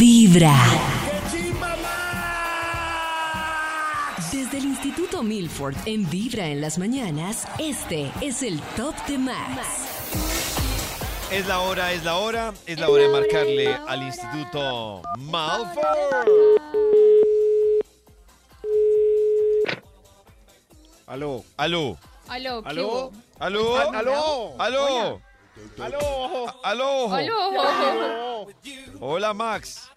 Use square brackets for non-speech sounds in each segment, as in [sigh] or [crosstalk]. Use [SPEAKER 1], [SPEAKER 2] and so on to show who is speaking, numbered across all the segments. [SPEAKER 1] Vibra. Desde el Instituto Milford en Vibra en las mañanas, este es el Top de Max.
[SPEAKER 2] Es la hora, es la hora, es la hora de marcarle al Instituto Malfoy.
[SPEAKER 3] Aló.
[SPEAKER 2] Aló,
[SPEAKER 4] Aló, ¿qué
[SPEAKER 3] Aló.
[SPEAKER 4] hubo?
[SPEAKER 2] aló,
[SPEAKER 3] Aló.
[SPEAKER 2] aló,
[SPEAKER 3] Aló.
[SPEAKER 2] Ah, aló.
[SPEAKER 4] Aló.
[SPEAKER 2] Hola Max.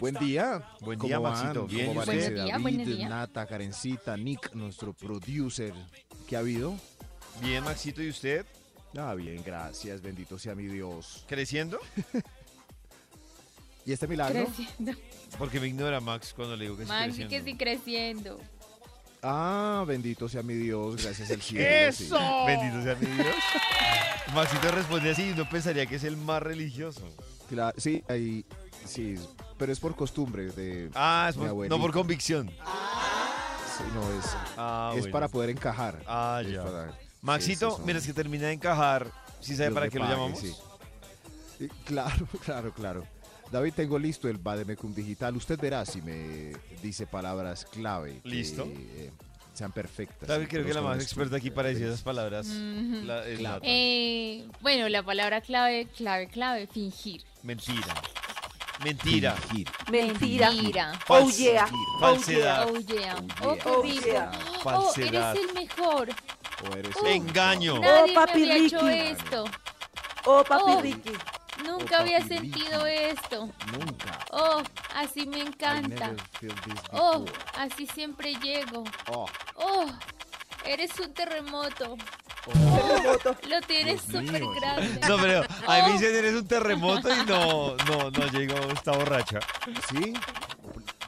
[SPEAKER 3] Buen día.
[SPEAKER 2] Buen
[SPEAKER 3] ¿Cómo
[SPEAKER 2] día,
[SPEAKER 3] van?
[SPEAKER 2] Maxito. Bien,
[SPEAKER 3] ¿Cómo
[SPEAKER 2] ¿y
[SPEAKER 3] van
[SPEAKER 4] usted?
[SPEAKER 3] ese
[SPEAKER 4] Buen día,
[SPEAKER 3] David,
[SPEAKER 4] buen día.
[SPEAKER 3] Nata, Karencita, Nick, nuestro producer. ¿Qué ha habido?
[SPEAKER 2] Bien, Maxito, ¿y usted?
[SPEAKER 3] Ah, bien, gracias. Bendito sea mi Dios.
[SPEAKER 2] ¿Creciendo?
[SPEAKER 3] ¿Y este milagro?
[SPEAKER 4] Creciendo.
[SPEAKER 2] Porque me ignora Max cuando le digo que sí
[SPEAKER 4] Maxi
[SPEAKER 2] creciendo.
[SPEAKER 4] que sí creciendo.
[SPEAKER 3] Ah, bendito sea mi Dios. Gracias al cielo. sí.
[SPEAKER 2] Bendito sea mi Dios. Maxito responde así y no pensaría que es el más religioso.
[SPEAKER 3] Cla- Sí, ahí. Sí, pero es por costumbre. De,
[SPEAKER 2] Ah, es por-
[SPEAKER 3] Mi abuelita.
[SPEAKER 2] no por convicción.
[SPEAKER 3] sí, no, es,
[SPEAKER 2] Ah,
[SPEAKER 3] es
[SPEAKER 2] bueno.
[SPEAKER 3] para poder encajar.
[SPEAKER 2] Ah,
[SPEAKER 3] Es
[SPEAKER 2] ya.
[SPEAKER 3] para-
[SPEAKER 2] Maxito,
[SPEAKER 3] sí, sí, son-
[SPEAKER 2] mira, es que termina de encajar. ¿Sí sabe
[SPEAKER 3] Dios
[SPEAKER 2] para
[SPEAKER 3] me
[SPEAKER 2] qué lo
[SPEAKER 3] pague,
[SPEAKER 2] llamamos?
[SPEAKER 3] sí. Eh, Claro, [laughs] claro, claro. David, tengo listo el Bademecum Digital. Usted verá si me dice palabras clave. que,
[SPEAKER 2] ¿Listo?
[SPEAKER 3] eh, sean perfectas.
[SPEAKER 2] David,
[SPEAKER 3] y
[SPEAKER 2] creo que la
[SPEAKER 3] conozcan
[SPEAKER 2] más
[SPEAKER 3] nuestro-
[SPEAKER 2] experta aquí para decir esas palabras.
[SPEAKER 4] Ujú.
[SPEAKER 2] la- es
[SPEAKER 3] Claro.
[SPEAKER 2] Nata.
[SPEAKER 4] Eh, bueno, la palabra clave, clave, clave, fingir.
[SPEAKER 2] Mentira. Mentira.
[SPEAKER 3] Fingir,
[SPEAKER 5] Mentira.
[SPEAKER 4] Mentira.
[SPEAKER 5] Oh
[SPEAKER 2] Fals-
[SPEAKER 5] yeah.
[SPEAKER 2] Falsedad.
[SPEAKER 4] Oh yeah.
[SPEAKER 3] Oh,
[SPEAKER 4] Oh,
[SPEAKER 3] yeah.
[SPEAKER 4] qué rico. Oh,
[SPEAKER 2] Falsedad.
[SPEAKER 4] eres el mejor.
[SPEAKER 3] o eres
[SPEAKER 4] Oh.
[SPEAKER 3] un-
[SPEAKER 2] Engaño.
[SPEAKER 4] Nadie
[SPEAKER 5] papi
[SPEAKER 4] me había hecho
[SPEAKER 5] Ricky.
[SPEAKER 4] esto.
[SPEAKER 5] Oh, papi
[SPEAKER 4] Oh.
[SPEAKER 5] Ricky.
[SPEAKER 4] Nunca
[SPEAKER 3] Oh,
[SPEAKER 4] había
[SPEAKER 3] papi Ricky.
[SPEAKER 4] sentido esto.
[SPEAKER 3] Nunca.
[SPEAKER 4] Oh, así me
[SPEAKER 3] I
[SPEAKER 4] encanta.
[SPEAKER 3] never feel this
[SPEAKER 4] Oh,
[SPEAKER 3] before.
[SPEAKER 4] así siempre llego.
[SPEAKER 3] Oh,
[SPEAKER 4] Oh, eres un terremoto. Lo tienes
[SPEAKER 3] Dios mío,
[SPEAKER 4] súper
[SPEAKER 3] sí.
[SPEAKER 4] grande.
[SPEAKER 2] No, pero a
[SPEAKER 5] Oh.
[SPEAKER 2] mí me dicen eres un terremoto y no, no, no llegó, está borracha.
[SPEAKER 3] ¿Sí?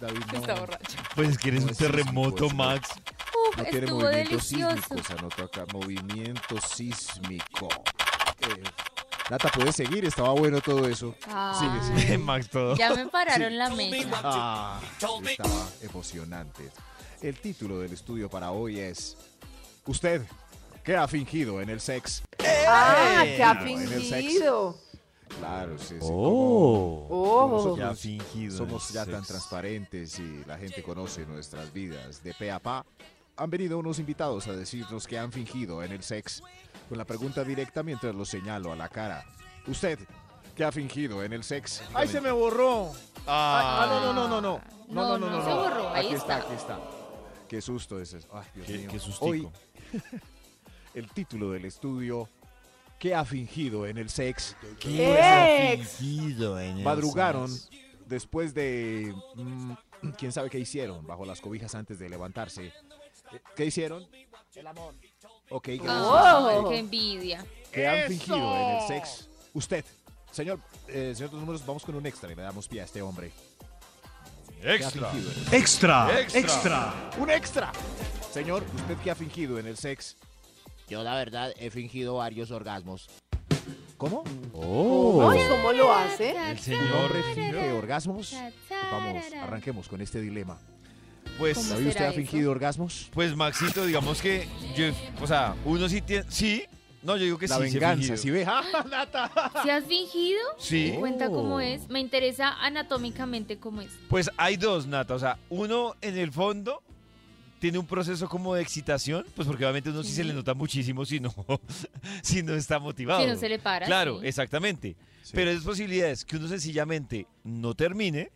[SPEAKER 3] David no,
[SPEAKER 4] Está borracho.
[SPEAKER 2] Pues es que eres
[SPEAKER 3] No,
[SPEAKER 2] un
[SPEAKER 3] es sísmico,
[SPEAKER 2] terremoto,
[SPEAKER 3] es que-
[SPEAKER 2] Max.
[SPEAKER 4] Uf,
[SPEAKER 3] no tiene
[SPEAKER 4] estuvo
[SPEAKER 3] movimiento
[SPEAKER 4] delicioso.
[SPEAKER 3] sísmico. Se anotó acá. Movimiento sísmico. Eh, Nata, puedes seguir. Estaba bueno todo eso.
[SPEAKER 5] Ah.
[SPEAKER 4] Ay,
[SPEAKER 3] Sigue, sigue.
[SPEAKER 5] Mm.
[SPEAKER 2] [laughs] Max, todo.
[SPEAKER 4] Ya me pararon la mecha.
[SPEAKER 3] Ah, estaba emocionante. El título del estudio para hoy es Usted, ¿qué ha fingido en el sex?
[SPEAKER 5] Ah,
[SPEAKER 2] Eh,
[SPEAKER 5] que ha
[SPEAKER 3] no, en el
[SPEAKER 5] fingido.
[SPEAKER 3] Claro, sí, sí. como
[SPEAKER 5] Oh.
[SPEAKER 2] Ya
[SPEAKER 3] nosotros
[SPEAKER 2] fingido.
[SPEAKER 3] somos ya tan
[SPEAKER 2] sexo.
[SPEAKER 3] transparentes y la gente conoce nuestras vidas de pe a pa. Han venido unos invitados a decirnos que han fingido en el sex. Con la pregunta directa mientras lo señalo a la cara. Usted, ¿qué ha fingido en el sex?
[SPEAKER 6] Ay, se me borró.
[SPEAKER 2] Ah,
[SPEAKER 6] Ah, no, no, no, no, no.
[SPEAKER 4] No,
[SPEAKER 6] No, no, no,
[SPEAKER 4] no,
[SPEAKER 6] no.
[SPEAKER 4] se borró. Ahí
[SPEAKER 3] aquí está.
[SPEAKER 4] está.
[SPEAKER 3] aquí está. Qué susto ese. Ay, Dios
[SPEAKER 2] Qué,
[SPEAKER 3] mío.
[SPEAKER 2] qué
[SPEAKER 3] Hoy
[SPEAKER 2] sustico.
[SPEAKER 3] el título del estudio que ha fingido en el sex.
[SPEAKER 5] Ex.
[SPEAKER 2] fingido en el
[SPEAKER 3] Madrugaron
[SPEAKER 2] sex.
[SPEAKER 3] después de mm, [clears throat] quién sabe qué hicieron bajo las cobijas antes de levantarse. Eh, ¿Qué hicieron? El amor. Ok,
[SPEAKER 4] Ah,
[SPEAKER 3] gracias.
[SPEAKER 4] Ay,
[SPEAKER 5] Oh.
[SPEAKER 4] qué envidia.
[SPEAKER 3] que han
[SPEAKER 6] ¡Eso!
[SPEAKER 3] fingido en el sex. Usted, señor, eh, señor de los números, vamos con un extra y le damos pie a este hombre. ¿Qué ha
[SPEAKER 2] Extra.
[SPEAKER 3] fingido en el-
[SPEAKER 7] Extra,
[SPEAKER 2] Extra.
[SPEAKER 7] extra.
[SPEAKER 3] ¡Un extra! Señor, usted que ha fingido en el sex.
[SPEAKER 8] Yo la verdad he fingido varios orgasmos.
[SPEAKER 3] ¿Cómo?
[SPEAKER 5] ¿Cómo? ¿Y ¿Cómo lo hace?
[SPEAKER 2] El
[SPEAKER 3] ¿Un
[SPEAKER 2] señor.
[SPEAKER 3] hombre finge orgasmos? Vamos,
[SPEAKER 4] Tarara.
[SPEAKER 3] arranquemos con este dilema.
[SPEAKER 2] Pues
[SPEAKER 4] ¿Cómo
[SPEAKER 3] ¿David, usted
[SPEAKER 4] será
[SPEAKER 3] ha
[SPEAKER 4] eso?
[SPEAKER 3] fingido orgasmos?
[SPEAKER 2] Pues Maxito, digamos que yo, o sea, uno sí tiene, sí, no, yo digo que
[SPEAKER 3] la
[SPEAKER 2] sí. sí he
[SPEAKER 3] venganza,
[SPEAKER 2] fingido. Ah,
[SPEAKER 3] si ve. Ah,
[SPEAKER 4] ¿Se has fingido?
[SPEAKER 2] Sí.
[SPEAKER 4] Cuenta cómo es. Me interesa anatómicamente cómo es.
[SPEAKER 2] Pues hay dos, Nata. O sea, uno en el fondo tiene un proceso como de excitación, pues porque obviamente uno sí se le
[SPEAKER 4] Sí.
[SPEAKER 2] nota muchísimo si no, [laughs] si no está motivado.
[SPEAKER 4] Si no se le para.
[SPEAKER 2] Claro,
[SPEAKER 4] sí.
[SPEAKER 2] exactamente.
[SPEAKER 3] Sí.
[SPEAKER 2] Pero es posibilidades que uno sencillamente no termine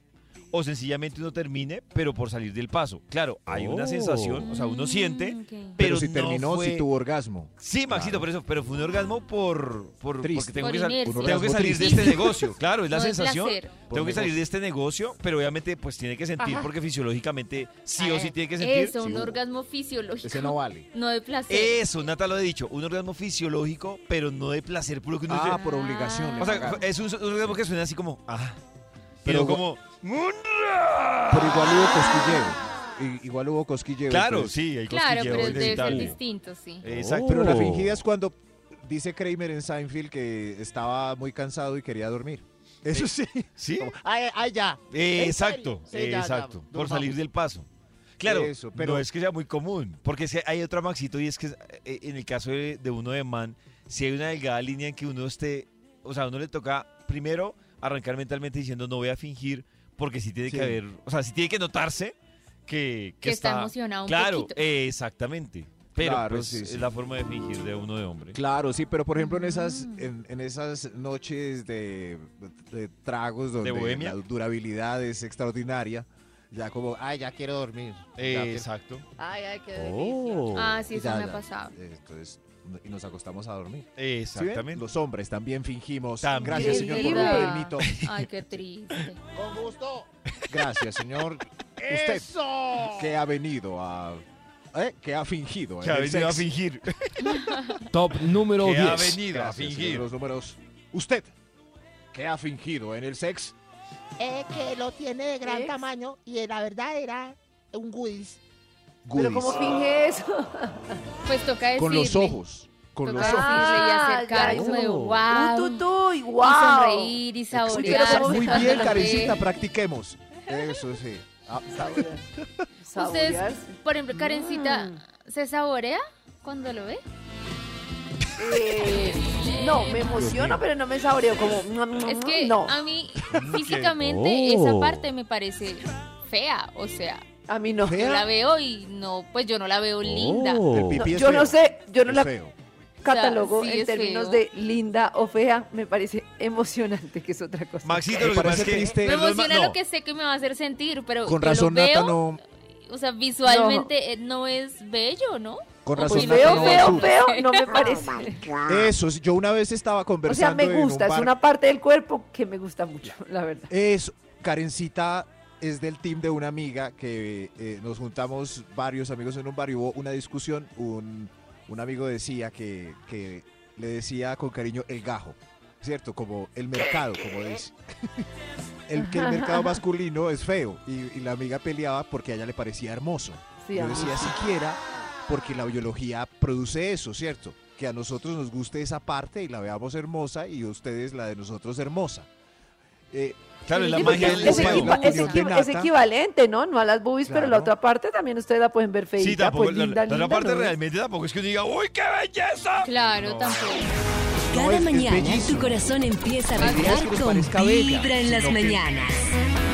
[SPEAKER 2] o sencillamente uno termine, pero por salir del paso. Claro, hay una sensación, o sea, uno siente,
[SPEAKER 4] Mm, ok.
[SPEAKER 3] pero,
[SPEAKER 2] pero
[SPEAKER 3] si
[SPEAKER 2] no
[SPEAKER 3] terminó,
[SPEAKER 2] fue-
[SPEAKER 3] si tuvo orgasmo.
[SPEAKER 2] Sí, Maxito,
[SPEAKER 3] Claro.
[SPEAKER 2] por eso, pero fue un orgasmo por, por
[SPEAKER 3] Triste.
[SPEAKER 2] porque tengo,
[SPEAKER 4] Por
[SPEAKER 2] que, sal-
[SPEAKER 4] inercia.
[SPEAKER 3] Un
[SPEAKER 2] tengo que
[SPEAKER 3] orgasmo
[SPEAKER 2] salir de
[SPEAKER 4] triste.
[SPEAKER 2] este negocio. Claro, es la
[SPEAKER 4] No, de
[SPEAKER 2] sensación.
[SPEAKER 4] placer.
[SPEAKER 2] Tengo que
[SPEAKER 3] Por
[SPEAKER 2] salir de este negocio, pero obviamente pues tiene que sentir porque fisiológicamente sí o sí
[SPEAKER 4] Ah,
[SPEAKER 2] tiene que sentir.
[SPEAKER 4] Eso,
[SPEAKER 3] Sí,
[SPEAKER 4] un
[SPEAKER 3] hubo.
[SPEAKER 4] orgasmo fisiológico.
[SPEAKER 3] Ese no vale.
[SPEAKER 4] [laughs] No de placer.
[SPEAKER 2] Eso, Nata lo he dicho, un orgasmo fisiológico, pero no de placer puro que uno
[SPEAKER 3] Ah,
[SPEAKER 2] dice-
[SPEAKER 3] por obligación. le
[SPEAKER 2] O sea,
[SPEAKER 3] pagaron.
[SPEAKER 2] es un, un orgasmo que suena así como, ah,
[SPEAKER 3] Pero
[SPEAKER 2] pero como "Mm".
[SPEAKER 3] pero igual hubo cosquilleo. I- igual hubo cosquilleo.
[SPEAKER 2] Claro,
[SPEAKER 3] entonces- Oh.
[SPEAKER 2] sí, hay
[SPEAKER 4] claro,
[SPEAKER 2] cosquilleo
[SPEAKER 4] pero debe ser
[SPEAKER 2] inevitable.
[SPEAKER 4] distinto, sí.
[SPEAKER 2] Exacto.
[SPEAKER 3] pues.
[SPEAKER 2] Oh.
[SPEAKER 3] Pero la fingida es cuando dice Kramer en Seinfeld que estaba muy cansado y quería dormir. Eso sí.
[SPEAKER 2] [laughs] Sí.
[SPEAKER 8] Como, Ay, ay, ya.
[SPEAKER 2] Eh,
[SPEAKER 8] ¿En
[SPEAKER 2] exacto,
[SPEAKER 8] serio? Sí, ya,
[SPEAKER 2] exacto.
[SPEAKER 8] ya,
[SPEAKER 2] por
[SPEAKER 8] nos
[SPEAKER 2] salir
[SPEAKER 8] vamos.
[SPEAKER 2] del paso. Claro,
[SPEAKER 3] Eso, pero-
[SPEAKER 2] no es que sea muy común, porque es que hay otra Maxito y es que eh, en el caso de, de uno de man, si hay una delgada línea en que uno esté, o sea, a uno le toca primero arrancar mentalmente diciendo no voy a fingir porque sí tiene
[SPEAKER 3] Sí.
[SPEAKER 2] que haber, o sea, sí tiene que notarse que, que
[SPEAKER 4] Que está emocionado un
[SPEAKER 2] Claro,
[SPEAKER 4] poquito.
[SPEAKER 2] eh, exactamente. Pero
[SPEAKER 3] Claro,
[SPEAKER 2] pues,
[SPEAKER 3] sí, sí.
[SPEAKER 2] es la forma de fingir de uno de hombre.
[SPEAKER 3] [laughs] Claro, sí, pero por ejemplo en esas, en, en esas noches de, de tragos donde
[SPEAKER 2] bohemia?
[SPEAKER 3] la durabilidad es extraordinaria, ya como, ah,
[SPEAKER 8] Ay, ya quiero dormir.
[SPEAKER 2] Eh,
[SPEAKER 8] Ya, pero-
[SPEAKER 2] exacto.
[SPEAKER 5] Ay, ay, qué
[SPEAKER 8] Oh.
[SPEAKER 4] Ah, sí, eso
[SPEAKER 3] ya,
[SPEAKER 4] me ha
[SPEAKER 3] ya,
[SPEAKER 4] pasado.
[SPEAKER 3] eh, Entonces, no- y nos acostamos a dormir. ¿Sí ven?
[SPEAKER 2] Exactamente.
[SPEAKER 3] Los hombres también fingimos.
[SPEAKER 2] También.
[SPEAKER 3] Gracias, señor, por
[SPEAKER 5] Querida.
[SPEAKER 3] romper el mito.
[SPEAKER 4] Ay, qué triste.
[SPEAKER 8] Con gusto.
[SPEAKER 3] Gracias, señor. Usted que ha venido a... eh, que ha fingido.
[SPEAKER 2] que
[SPEAKER 3] en
[SPEAKER 2] ha
[SPEAKER 3] el
[SPEAKER 2] venido a
[SPEAKER 3] sexo.
[SPEAKER 2] fingir.
[SPEAKER 7] [laughs] Top número
[SPEAKER 2] que ha
[SPEAKER 7] 10.
[SPEAKER 2] venido a
[SPEAKER 3] Gracias, señor,
[SPEAKER 2] fingir.
[SPEAKER 3] Los números. Usted que ha fingido en el sex.
[SPEAKER 8] Eh, que lo tiene de gran
[SPEAKER 5] Ex.
[SPEAKER 8] tamaño y eh, la verdad era un goodies.
[SPEAKER 5] Pero
[SPEAKER 3] goodies.
[SPEAKER 5] cómo finge eso.
[SPEAKER 4] Pues toca decirle.
[SPEAKER 3] con los ojos. Con
[SPEAKER 4] Toca
[SPEAKER 3] los ojos.
[SPEAKER 4] decirle y
[SPEAKER 5] Ah,
[SPEAKER 4] acercar
[SPEAKER 5] ya,
[SPEAKER 4] como de
[SPEAKER 7] eso.
[SPEAKER 4] wow.
[SPEAKER 5] Ututuy,
[SPEAKER 4] Y
[SPEAKER 5] wow.
[SPEAKER 4] sonreír y
[SPEAKER 5] Explícalo,
[SPEAKER 4] saborear.
[SPEAKER 5] Saborearse
[SPEAKER 3] Muy
[SPEAKER 5] cuando
[SPEAKER 3] bien,
[SPEAKER 5] lo
[SPEAKER 3] Karencita, practiquemos. Eso sí. Ah,
[SPEAKER 5] Saborear.
[SPEAKER 4] Ustedes,
[SPEAKER 5] Saborearse.
[SPEAKER 4] por ejemplo, Karencita, ¿se saborea cuando lo ve?
[SPEAKER 5] Eh, no, me emociono, pero no me saboreo como.
[SPEAKER 4] Es que
[SPEAKER 5] no.
[SPEAKER 4] a mí físicamente esa
[SPEAKER 7] Oh.
[SPEAKER 4] parte me parece fea, o sea,
[SPEAKER 5] A mí no.
[SPEAKER 4] yo la
[SPEAKER 3] fea.
[SPEAKER 4] veo y no, pues yo no la veo linda.
[SPEAKER 3] El
[SPEAKER 7] Oh.
[SPEAKER 3] pipí es
[SPEAKER 5] yo no
[SPEAKER 3] feo.
[SPEAKER 5] sé, yo no
[SPEAKER 3] Es
[SPEAKER 5] la
[SPEAKER 3] feo.
[SPEAKER 5] catalogo
[SPEAKER 4] O sea, sí
[SPEAKER 5] en
[SPEAKER 4] es
[SPEAKER 5] términos
[SPEAKER 4] feo.
[SPEAKER 5] de linda o fea. Me parece emocionante, que es otra cosa.
[SPEAKER 2] Maxito,
[SPEAKER 3] Me
[SPEAKER 2] lo que pasa
[SPEAKER 3] Eh, parece
[SPEAKER 2] es que
[SPEAKER 3] triste.
[SPEAKER 4] Me
[SPEAKER 2] Perdón, Ma-
[SPEAKER 4] emociona
[SPEAKER 2] no.
[SPEAKER 4] lo que sé que me va a hacer sentir, pero
[SPEAKER 3] Con
[SPEAKER 4] yo lo
[SPEAKER 3] razón,
[SPEAKER 4] veo,
[SPEAKER 3] Nata no.
[SPEAKER 4] o sea, visualmente eh, no. es bello, ¿no?
[SPEAKER 3] Con
[SPEAKER 5] Pues
[SPEAKER 3] razón, Nata
[SPEAKER 5] feo,
[SPEAKER 3] no va
[SPEAKER 5] feo,
[SPEAKER 3] al
[SPEAKER 5] feo, no me
[SPEAKER 8] Oh,
[SPEAKER 5] parece.
[SPEAKER 3] sur. Eso, sí, yo una vez estaba
[SPEAKER 5] O
[SPEAKER 3] conversando.
[SPEAKER 5] sea, Ah. me
[SPEAKER 3] en un
[SPEAKER 5] gusta, es
[SPEAKER 3] bar.
[SPEAKER 5] una parte del cuerpo que me gusta mucho, la verdad.
[SPEAKER 3] Eso. Karencita es del team de una amiga que eh, nos juntamos varios amigos en un bar y hubo una discusión. Un, un amigo decía que, que le decía con cariño el gajo, ¿cierto? Como el mercado, como dice. [laughs] El que el mercado masculino es feo y, y la amiga peleaba porque a ella le parecía hermoso.
[SPEAKER 5] Sí,
[SPEAKER 3] Yo
[SPEAKER 5] a mí
[SPEAKER 3] decía siquiera porque la biología produce eso, ¿cierto? Que a nosotros nos guste esa parte y la veamos hermosa y ustedes la de nosotros hermosa. Eh,
[SPEAKER 2] Claro, es la
[SPEAKER 5] Sí, porque
[SPEAKER 2] magia
[SPEAKER 5] es,
[SPEAKER 2] del
[SPEAKER 5] es
[SPEAKER 2] museo.
[SPEAKER 5] equiva- es
[SPEAKER 3] La opinión de
[SPEAKER 5] equiva- es
[SPEAKER 3] Nata.
[SPEAKER 5] equivalente, ¿no? No a las boobies, pero la
[SPEAKER 3] Claro.
[SPEAKER 5] otra parte también ustedes la pueden ver feita,
[SPEAKER 2] Sí, tampoco.
[SPEAKER 5] pues
[SPEAKER 2] la-
[SPEAKER 5] linda,
[SPEAKER 2] la, otra
[SPEAKER 5] linda,
[SPEAKER 2] parte
[SPEAKER 5] ¿no?
[SPEAKER 2] realmente tampoco es que uno diga, ¡Uy, qué belleza!
[SPEAKER 4] Claro, tampoco.
[SPEAKER 3] No,
[SPEAKER 1] Cada
[SPEAKER 3] es- es
[SPEAKER 1] mañana tu
[SPEAKER 3] bellísimo.
[SPEAKER 1] corazón empieza a
[SPEAKER 3] La idea es
[SPEAKER 1] vibrar
[SPEAKER 3] que nos
[SPEAKER 1] con
[SPEAKER 3] parezca bella,
[SPEAKER 1] vibra en las
[SPEAKER 3] sino que- [laughs]
[SPEAKER 1] mañanas.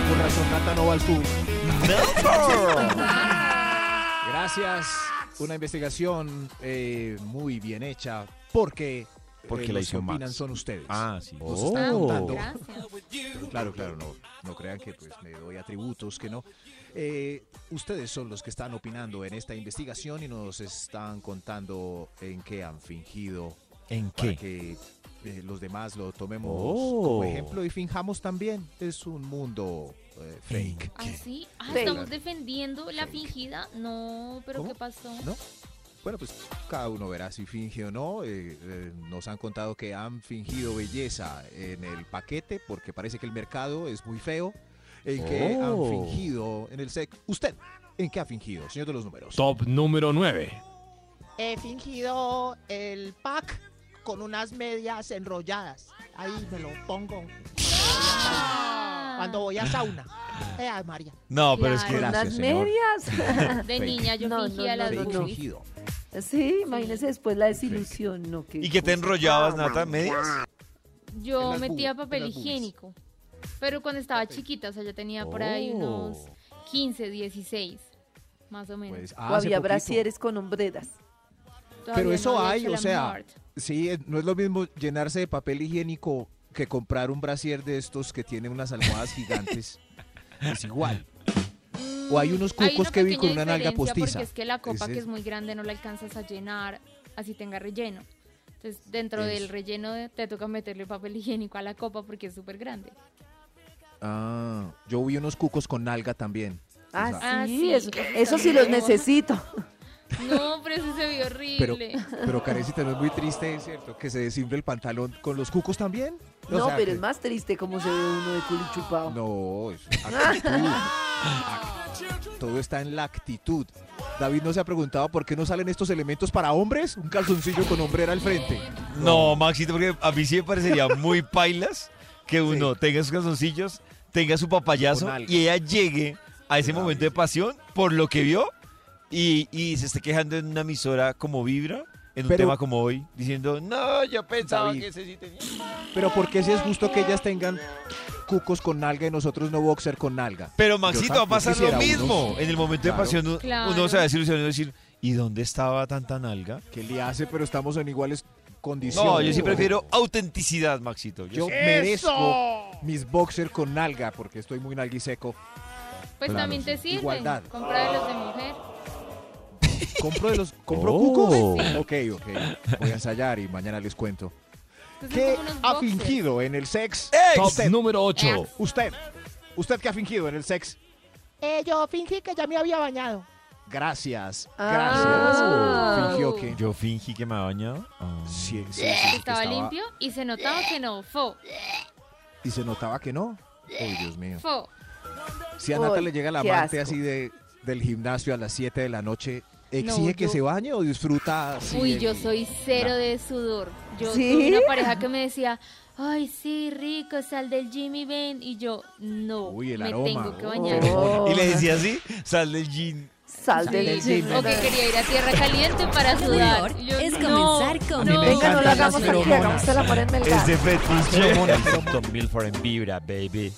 [SPEAKER 3] Por razón, Nata no va al sur. Gracias. Una investigación eh, muy bien hecha porque,
[SPEAKER 2] Porque
[SPEAKER 3] eh,
[SPEAKER 2] la
[SPEAKER 3] los que
[SPEAKER 2] hizo
[SPEAKER 3] opinan
[SPEAKER 2] Max.
[SPEAKER 3] son ustedes.
[SPEAKER 2] Ah, sí.
[SPEAKER 3] Nos están
[SPEAKER 7] Oh.
[SPEAKER 3] contando.
[SPEAKER 4] Gracias.
[SPEAKER 3] Pero claro, claro, no, no crean que pues, me doy atributos, que no. Eh, ustedes son los que están opinando en esta investigación y nos están contando en qué han fingido
[SPEAKER 2] ¿En
[SPEAKER 3] para que eh, los demás lo tomemos
[SPEAKER 7] Oh.
[SPEAKER 3] como ejemplo y finjamos también. Es un mundo eh, fake.
[SPEAKER 4] Así, ah,
[SPEAKER 5] Fake.
[SPEAKER 4] estamos defendiendo la
[SPEAKER 3] Fake.
[SPEAKER 4] fingida. No, pero
[SPEAKER 3] ¿Cómo?
[SPEAKER 4] ¿qué pasó?
[SPEAKER 3] ¿No? Bueno, pues cada uno verá si finge o no. Eh, eh, nos han contado que han fingido belleza en el paquete porque parece que el mercado es muy feo. En que han
[SPEAKER 7] Oh.
[SPEAKER 3] fingido en el sexo. ¿Usted en qué ha fingido, señor de los números?
[SPEAKER 7] Top número 9.
[SPEAKER 8] He fingido el pack con unas medias enrolladas. Ahí me lo pongo. Cuando voy a sauna. Eh, ay, María.
[SPEAKER 2] No, pero es
[SPEAKER 4] Claro.
[SPEAKER 2] que.
[SPEAKER 3] Gracias,
[SPEAKER 5] Unas
[SPEAKER 3] señor.
[SPEAKER 5] medias. [laughs]
[SPEAKER 4] De
[SPEAKER 3] Fake.
[SPEAKER 4] niña yo
[SPEAKER 5] No, no,
[SPEAKER 4] fingía
[SPEAKER 5] no,
[SPEAKER 4] las
[SPEAKER 3] Fake
[SPEAKER 5] no.
[SPEAKER 4] boobies.
[SPEAKER 3] fingido.
[SPEAKER 5] sí, imagínense después la desilusión, ¿no?
[SPEAKER 2] ¿Y que te
[SPEAKER 5] cosa.
[SPEAKER 2] enrollabas, Nata? ¿Medias?
[SPEAKER 3] Oh. En
[SPEAKER 4] Yo
[SPEAKER 3] las
[SPEAKER 4] metía
[SPEAKER 3] bu- en
[SPEAKER 4] papel
[SPEAKER 3] las boobies.
[SPEAKER 4] higiénico. Pero cuando estaba chiquita, o sea, yo tenía por ahí
[SPEAKER 3] Oh.
[SPEAKER 4] unos 15, 16, más o menos.
[SPEAKER 3] Pues,
[SPEAKER 5] O
[SPEAKER 3] hace
[SPEAKER 5] había
[SPEAKER 3] poquito.
[SPEAKER 5] brasieres con hombreras.
[SPEAKER 4] Todavía
[SPEAKER 3] pero eso
[SPEAKER 4] había
[SPEAKER 3] hay,
[SPEAKER 4] hecho
[SPEAKER 3] o
[SPEAKER 4] la
[SPEAKER 3] sea,
[SPEAKER 4] mort.
[SPEAKER 3] Sí, eh, no es lo mismo llenarse de papel higiénico que comprar un brasier de estos que tiene unas almohadas
[SPEAKER 4] [laughs]
[SPEAKER 3] gigantes. Es igual. O hay unos
[SPEAKER 4] Mm. Hay
[SPEAKER 3] cucos
[SPEAKER 4] una
[SPEAKER 3] que vi con
[SPEAKER 4] pequeña
[SPEAKER 3] una nalga
[SPEAKER 4] diferencia
[SPEAKER 3] postiza.
[SPEAKER 4] Porque es que la copa
[SPEAKER 3] Ese
[SPEAKER 4] que
[SPEAKER 3] es-
[SPEAKER 4] es muy grande no la alcanzas a llenar, así tenga relleno. Entonces, dentro del
[SPEAKER 3] Eso.
[SPEAKER 4] relleno de- te toca meterle papel higiénico a la copa porque es súper
[SPEAKER 3] [laughs]
[SPEAKER 4] grande.
[SPEAKER 3] Ah, yo vi unos cucos con nalga también.
[SPEAKER 5] Ah,
[SPEAKER 3] O sea,
[SPEAKER 4] Ah,
[SPEAKER 5] sí,
[SPEAKER 4] sí,
[SPEAKER 5] eso,
[SPEAKER 4] eso
[SPEAKER 5] eso sí
[SPEAKER 4] también.
[SPEAKER 5] los necesito.
[SPEAKER 4] No, pero eso se vio horrible. Pues
[SPEAKER 3] Pero Karencita, no es muy triste, ¿cierto? Que se desinfle el pantalón con los cucos también. O
[SPEAKER 5] No,
[SPEAKER 3] sea,
[SPEAKER 5] pero
[SPEAKER 3] que-
[SPEAKER 5] es más triste como se ve uno de culichupado.
[SPEAKER 3] No, es actitud. Act- Todo está en la actitud. David no se ha preguntado por qué no salen estos elementos para hombres. Un calzoncillo con hombrera al frente.
[SPEAKER 2] No, Maxito, porque a mí sí me parecería
[SPEAKER 3] [laughs]
[SPEAKER 2] muy pailas que uno tenga sus calzoncillos, tenga su papayazo
[SPEAKER 3] Con algo.
[SPEAKER 2] y ella llegue a ese momento de pasión por lo que vio y, y se esté quejando en una emisora como Vibra, en un
[SPEAKER 3] Pero-
[SPEAKER 2] tema como hoy, diciendo, no, yo pensaba
[SPEAKER 3] David.
[SPEAKER 2] que ese sí tenía.
[SPEAKER 3] Pero ¿por qué si es justo que ellas tengan cucos con nalga y nosotros no boxer con nalga.
[SPEAKER 2] Pero Maxito,
[SPEAKER 3] Yo
[SPEAKER 2] va a pasar lo
[SPEAKER 3] quisiera
[SPEAKER 2] mismo.
[SPEAKER 3] unos-
[SPEAKER 2] En el momento
[SPEAKER 3] Claro.
[SPEAKER 2] de pasión uno,
[SPEAKER 4] Claro.
[SPEAKER 2] uno se va a desilusionar y va a decir, ¿y dónde estaba tanta nalga?
[SPEAKER 3] ¿Qué le hace? Pero estamos en iguales condiciones.
[SPEAKER 2] No, yo sí prefiero autenticidad, Maxito. Yo
[SPEAKER 3] Yo
[SPEAKER 2] sí.
[SPEAKER 3] merezco mis boxer con nalga porque estoy muy nalguiseco.
[SPEAKER 4] Pues
[SPEAKER 3] Claro,
[SPEAKER 4] también te
[SPEAKER 3] sí.
[SPEAKER 4] sirve.
[SPEAKER 3] Igualdad.
[SPEAKER 4] Comprar los de mujer.
[SPEAKER 3] ¿Compro de los compro cucos? Ok, ok. Voy a ensayar y mañana les cuento.
[SPEAKER 4] Entonces,
[SPEAKER 3] ¿Qué
[SPEAKER 4] como unos
[SPEAKER 3] ha
[SPEAKER 4] boxers.
[SPEAKER 3] fingido en el sex?
[SPEAKER 7] Top
[SPEAKER 3] Usted,
[SPEAKER 7] número 8.
[SPEAKER 4] Ex.
[SPEAKER 3] usted, usted que ha fingido en el sex.
[SPEAKER 8] Eh, yo fingí que ya me había bañado.
[SPEAKER 3] Gracias,
[SPEAKER 5] Ah.
[SPEAKER 4] Ah.
[SPEAKER 3] gracias. Fingió que.
[SPEAKER 2] Yo fingí que me había bañado. Ah.
[SPEAKER 3] Sí, sí, sí, que
[SPEAKER 4] Estaba, limpio y se notaba que no. Fo,
[SPEAKER 3] Y se notaba que no. Uy, Dios mío.
[SPEAKER 4] fo.
[SPEAKER 3] Si a Nata
[SPEAKER 5] Uy,
[SPEAKER 3] le llega la
[SPEAKER 5] qué
[SPEAKER 3] amante
[SPEAKER 5] asco.
[SPEAKER 3] así de, del gimnasio a las 7 de la noche, ¿exige que
[SPEAKER 4] yo-
[SPEAKER 3] se bañe o disfruta? así
[SPEAKER 4] Uy,
[SPEAKER 3] el-
[SPEAKER 4] yo soy cero de sudor. Yo
[SPEAKER 5] ¿Sí?
[SPEAKER 4] tuve una pareja que me decía, ay, sí, rico, sal del Jimmy Ben. Y yo, no,
[SPEAKER 3] Uy, el
[SPEAKER 4] me
[SPEAKER 3] aroma.
[SPEAKER 4] tengo que
[SPEAKER 3] Oh.
[SPEAKER 4] bañar.
[SPEAKER 5] Oh,
[SPEAKER 2] Y le decía así, sal del jean.
[SPEAKER 5] Sal del
[SPEAKER 4] Sí,
[SPEAKER 5] gym.
[SPEAKER 4] O que quería ir a
[SPEAKER 3] [laughs]
[SPEAKER 4] Tierra Caliente para
[SPEAKER 1] Lo
[SPEAKER 4] sudar.
[SPEAKER 1] mejor
[SPEAKER 4] Y yo,
[SPEAKER 1] es
[SPEAKER 4] no,
[SPEAKER 1] comenzar con
[SPEAKER 4] no.
[SPEAKER 5] Venga, no lo
[SPEAKER 3] encantan las
[SPEAKER 5] hagamos aquí,
[SPEAKER 3] feromonas.
[SPEAKER 5] hagamos el amor en Melgar.
[SPEAKER 2] Ese [laughs] fetiche. Tom Milford en vibra, baby.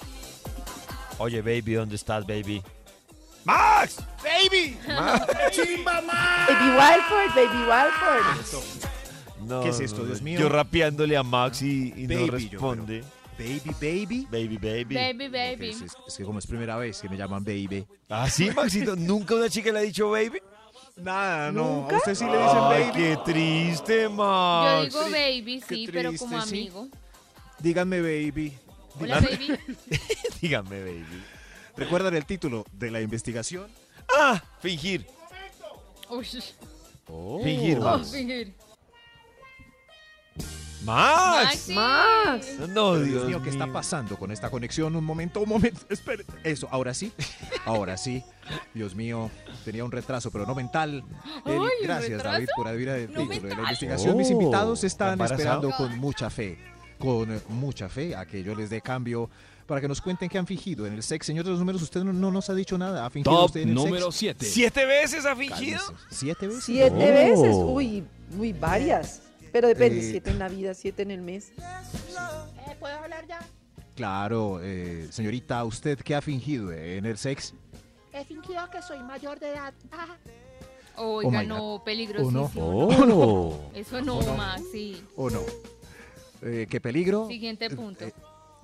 [SPEAKER 2] Oye, baby, ¿dónde estás, baby? ¡Max! ¡Baby!
[SPEAKER 5] Baby Walford, Baby Walford.
[SPEAKER 2] No,
[SPEAKER 3] ¿Qué es esto,
[SPEAKER 2] no, no,
[SPEAKER 3] Dios mío?
[SPEAKER 2] Yo rapeándole a Max y, y
[SPEAKER 3] Baby,
[SPEAKER 2] no
[SPEAKER 3] yo,
[SPEAKER 2] responde.
[SPEAKER 3] Baby, baby.
[SPEAKER 2] Baby, baby.
[SPEAKER 4] Baby,
[SPEAKER 3] Ok,
[SPEAKER 4] baby.
[SPEAKER 3] Es, es- es que como es primera vez que me llaman baby.
[SPEAKER 2] ¿Ah, sí, Maxito? ¿Nunca una chica le ha dicho baby?
[SPEAKER 3] Nada, no. A usted sí le dicen
[SPEAKER 2] Ay,
[SPEAKER 3] baby.
[SPEAKER 2] qué triste,
[SPEAKER 4] Yo
[SPEAKER 2] Max.
[SPEAKER 4] digo baby,
[SPEAKER 3] qué
[SPEAKER 4] sí, pero como
[SPEAKER 3] triste, sí.
[SPEAKER 4] amigo.
[SPEAKER 3] Díganme baby.
[SPEAKER 4] Hola, baby.
[SPEAKER 2] Dígame, baby.
[SPEAKER 3] ¿Recuerdan el título de la investigación?
[SPEAKER 2] Ah, fingir.
[SPEAKER 4] Uy,
[SPEAKER 2] Fingir,
[SPEAKER 4] oh,
[SPEAKER 2] Max.
[SPEAKER 4] fingir.
[SPEAKER 2] Max.
[SPEAKER 4] Maxi.
[SPEAKER 2] No,
[SPEAKER 3] Pero,
[SPEAKER 2] Dios,
[SPEAKER 3] Oh, Dios, mío, ¿qué está pasando con esta conexión? Un momento, un momento, [laughs] espere. Eso, ahora sí, ahora sí. Dios mío, tenía un retraso, pero no mental.
[SPEAKER 4] [gasps]
[SPEAKER 3] Eric,
[SPEAKER 4] Ay, ¿un
[SPEAKER 3] gracias,
[SPEAKER 4] retraso?
[SPEAKER 3] David, por adivinar el
[SPEAKER 4] No
[SPEAKER 3] título de
[SPEAKER 4] mental.
[SPEAKER 3] la investigación.
[SPEAKER 7] Oh,
[SPEAKER 3] Mis invitados están
[SPEAKER 2] ¿embarazado?
[SPEAKER 3] esperando con mucha fe, con eh, mucha fe, a que yo les dé cambio para que nos cuenten qué han fingido en el sex. Señor de los números, usted no, no nos ha dicho nada. ¿Ha fingido
[SPEAKER 7] Top
[SPEAKER 3] usted en el
[SPEAKER 7] número
[SPEAKER 3] sex?
[SPEAKER 7] 7.
[SPEAKER 2] ¿Siete veces ha fingido?
[SPEAKER 3] Cálmese. ¿Siete veces?
[SPEAKER 5] Siete
[SPEAKER 7] Oh.
[SPEAKER 5] veces. Uy, uy, varias. Pero depende,
[SPEAKER 3] Eh.
[SPEAKER 5] siete en la vida, siete en el mes.
[SPEAKER 8] Eh, ¿Puedo hablar ya?
[SPEAKER 3] Claro, eh, señorita, ¿usted qué ha fingido en el sex?
[SPEAKER 8] He fingido que soy mayor de edad. Ah,
[SPEAKER 4] Oiga,
[SPEAKER 3] Oh my God.
[SPEAKER 4] no, peligrosísimo.
[SPEAKER 3] [laughs]
[SPEAKER 7] Oh.
[SPEAKER 4] Eso no, Maxi.
[SPEAKER 3] ¿O no? Eh, ¿Qué peligro?
[SPEAKER 4] Siguiente punto.
[SPEAKER 3] eh,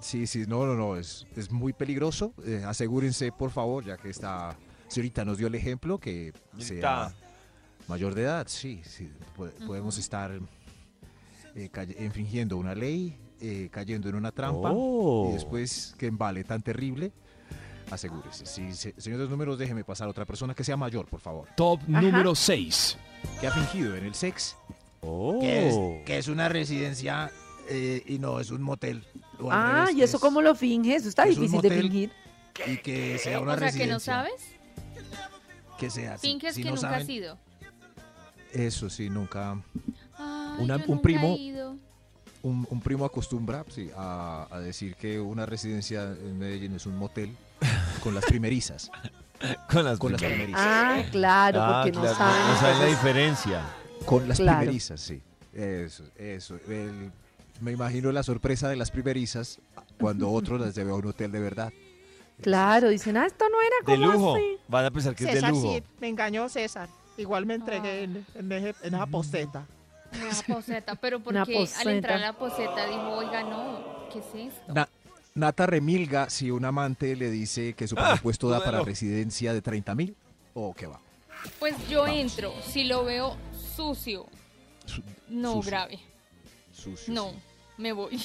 [SPEAKER 3] Sí, sí, no, no, no, es, es muy peligroso. Eh, asegúrense, por favor, ya que esta señorita nos dio el ejemplo, que sea
[SPEAKER 2] Señorita.
[SPEAKER 3] mayor de edad, sí, sí po- podemos estar eh, calle- infringiendo una ley, eh, cayendo en una trampa,
[SPEAKER 2] Oh.
[SPEAKER 3] y después que embale tan terrible, asegúrese. Sí, se- señor de los números, déjeme pasar a otra persona que sea mayor, por favor,
[SPEAKER 7] Top número 6.
[SPEAKER 3] que ha fingido en el sex,
[SPEAKER 7] Oh.
[SPEAKER 3] que, es, que es una residencia eh, y no es un motel. o al
[SPEAKER 5] Ah,
[SPEAKER 3] revés,
[SPEAKER 5] ¿y
[SPEAKER 3] que
[SPEAKER 5] eso
[SPEAKER 3] es-
[SPEAKER 5] cómo lo finge? Eso está
[SPEAKER 3] pues, es un
[SPEAKER 5] difícil de
[SPEAKER 3] motel.
[SPEAKER 5] fingir.
[SPEAKER 3] y que sea una
[SPEAKER 4] O sea, que no
[SPEAKER 3] residencia.
[SPEAKER 4] sabes,
[SPEAKER 3] que sea si-
[SPEAKER 4] finges
[SPEAKER 3] si
[SPEAKER 4] que
[SPEAKER 3] no
[SPEAKER 4] nunca
[SPEAKER 3] saben-
[SPEAKER 4] has ido.
[SPEAKER 3] Eso sí, nunca.
[SPEAKER 4] Ay,
[SPEAKER 3] Una-
[SPEAKER 4] yo
[SPEAKER 3] un
[SPEAKER 4] nunca he
[SPEAKER 3] primo-
[SPEAKER 4] ido.
[SPEAKER 3] Un, un primo acostumbra sí, a, a decir que una residencia en Medellín es un motel con las primerizas.
[SPEAKER 2] [laughs] Con las,
[SPEAKER 3] con las
[SPEAKER 2] primeras.
[SPEAKER 3] primerizas.
[SPEAKER 5] Ah, claro,
[SPEAKER 2] Ah,
[SPEAKER 5] porque no Pues,
[SPEAKER 2] claro,
[SPEAKER 5] saben.
[SPEAKER 2] no saben la
[SPEAKER 5] entonces-
[SPEAKER 2] diferencia.
[SPEAKER 3] Con las
[SPEAKER 5] claro.
[SPEAKER 3] primerizas, sí. Eso, eso. El- me imagino la sorpresa de las primerizas
[SPEAKER 4] [laughs]
[SPEAKER 3] cuando otro las lleva a un hotel de verdad.
[SPEAKER 5] Claro, dicen, ah, esto no era
[SPEAKER 2] De
[SPEAKER 5] como
[SPEAKER 2] lujo.
[SPEAKER 5] así.
[SPEAKER 2] Van a pensar que es de
[SPEAKER 8] César
[SPEAKER 2] lujo.
[SPEAKER 8] sí, me engañó César. Igual me entregué en, en, eje- en
[SPEAKER 5] Mm.
[SPEAKER 8] esa posteta.
[SPEAKER 4] Una
[SPEAKER 2] [laughs]
[SPEAKER 4] poseta, pero
[SPEAKER 5] Una
[SPEAKER 4] porque al entrar
[SPEAKER 5] poseta.
[SPEAKER 4] a la poseta dijo, oiga, no, ¿qué es esto?
[SPEAKER 3] Na- Nata remilga si un amante le dice que su presupuesto da para
[SPEAKER 2] Ah, bueno.
[SPEAKER 3] residencia de 30 mil. ¿O qué va?
[SPEAKER 4] Pues yo
[SPEAKER 3] Vamos.
[SPEAKER 4] entro, si lo veo sucio,
[SPEAKER 3] Su-
[SPEAKER 4] no
[SPEAKER 3] sucio,
[SPEAKER 4] grave,
[SPEAKER 3] sucio,
[SPEAKER 4] no,
[SPEAKER 3] sí.
[SPEAKER 4] me voy.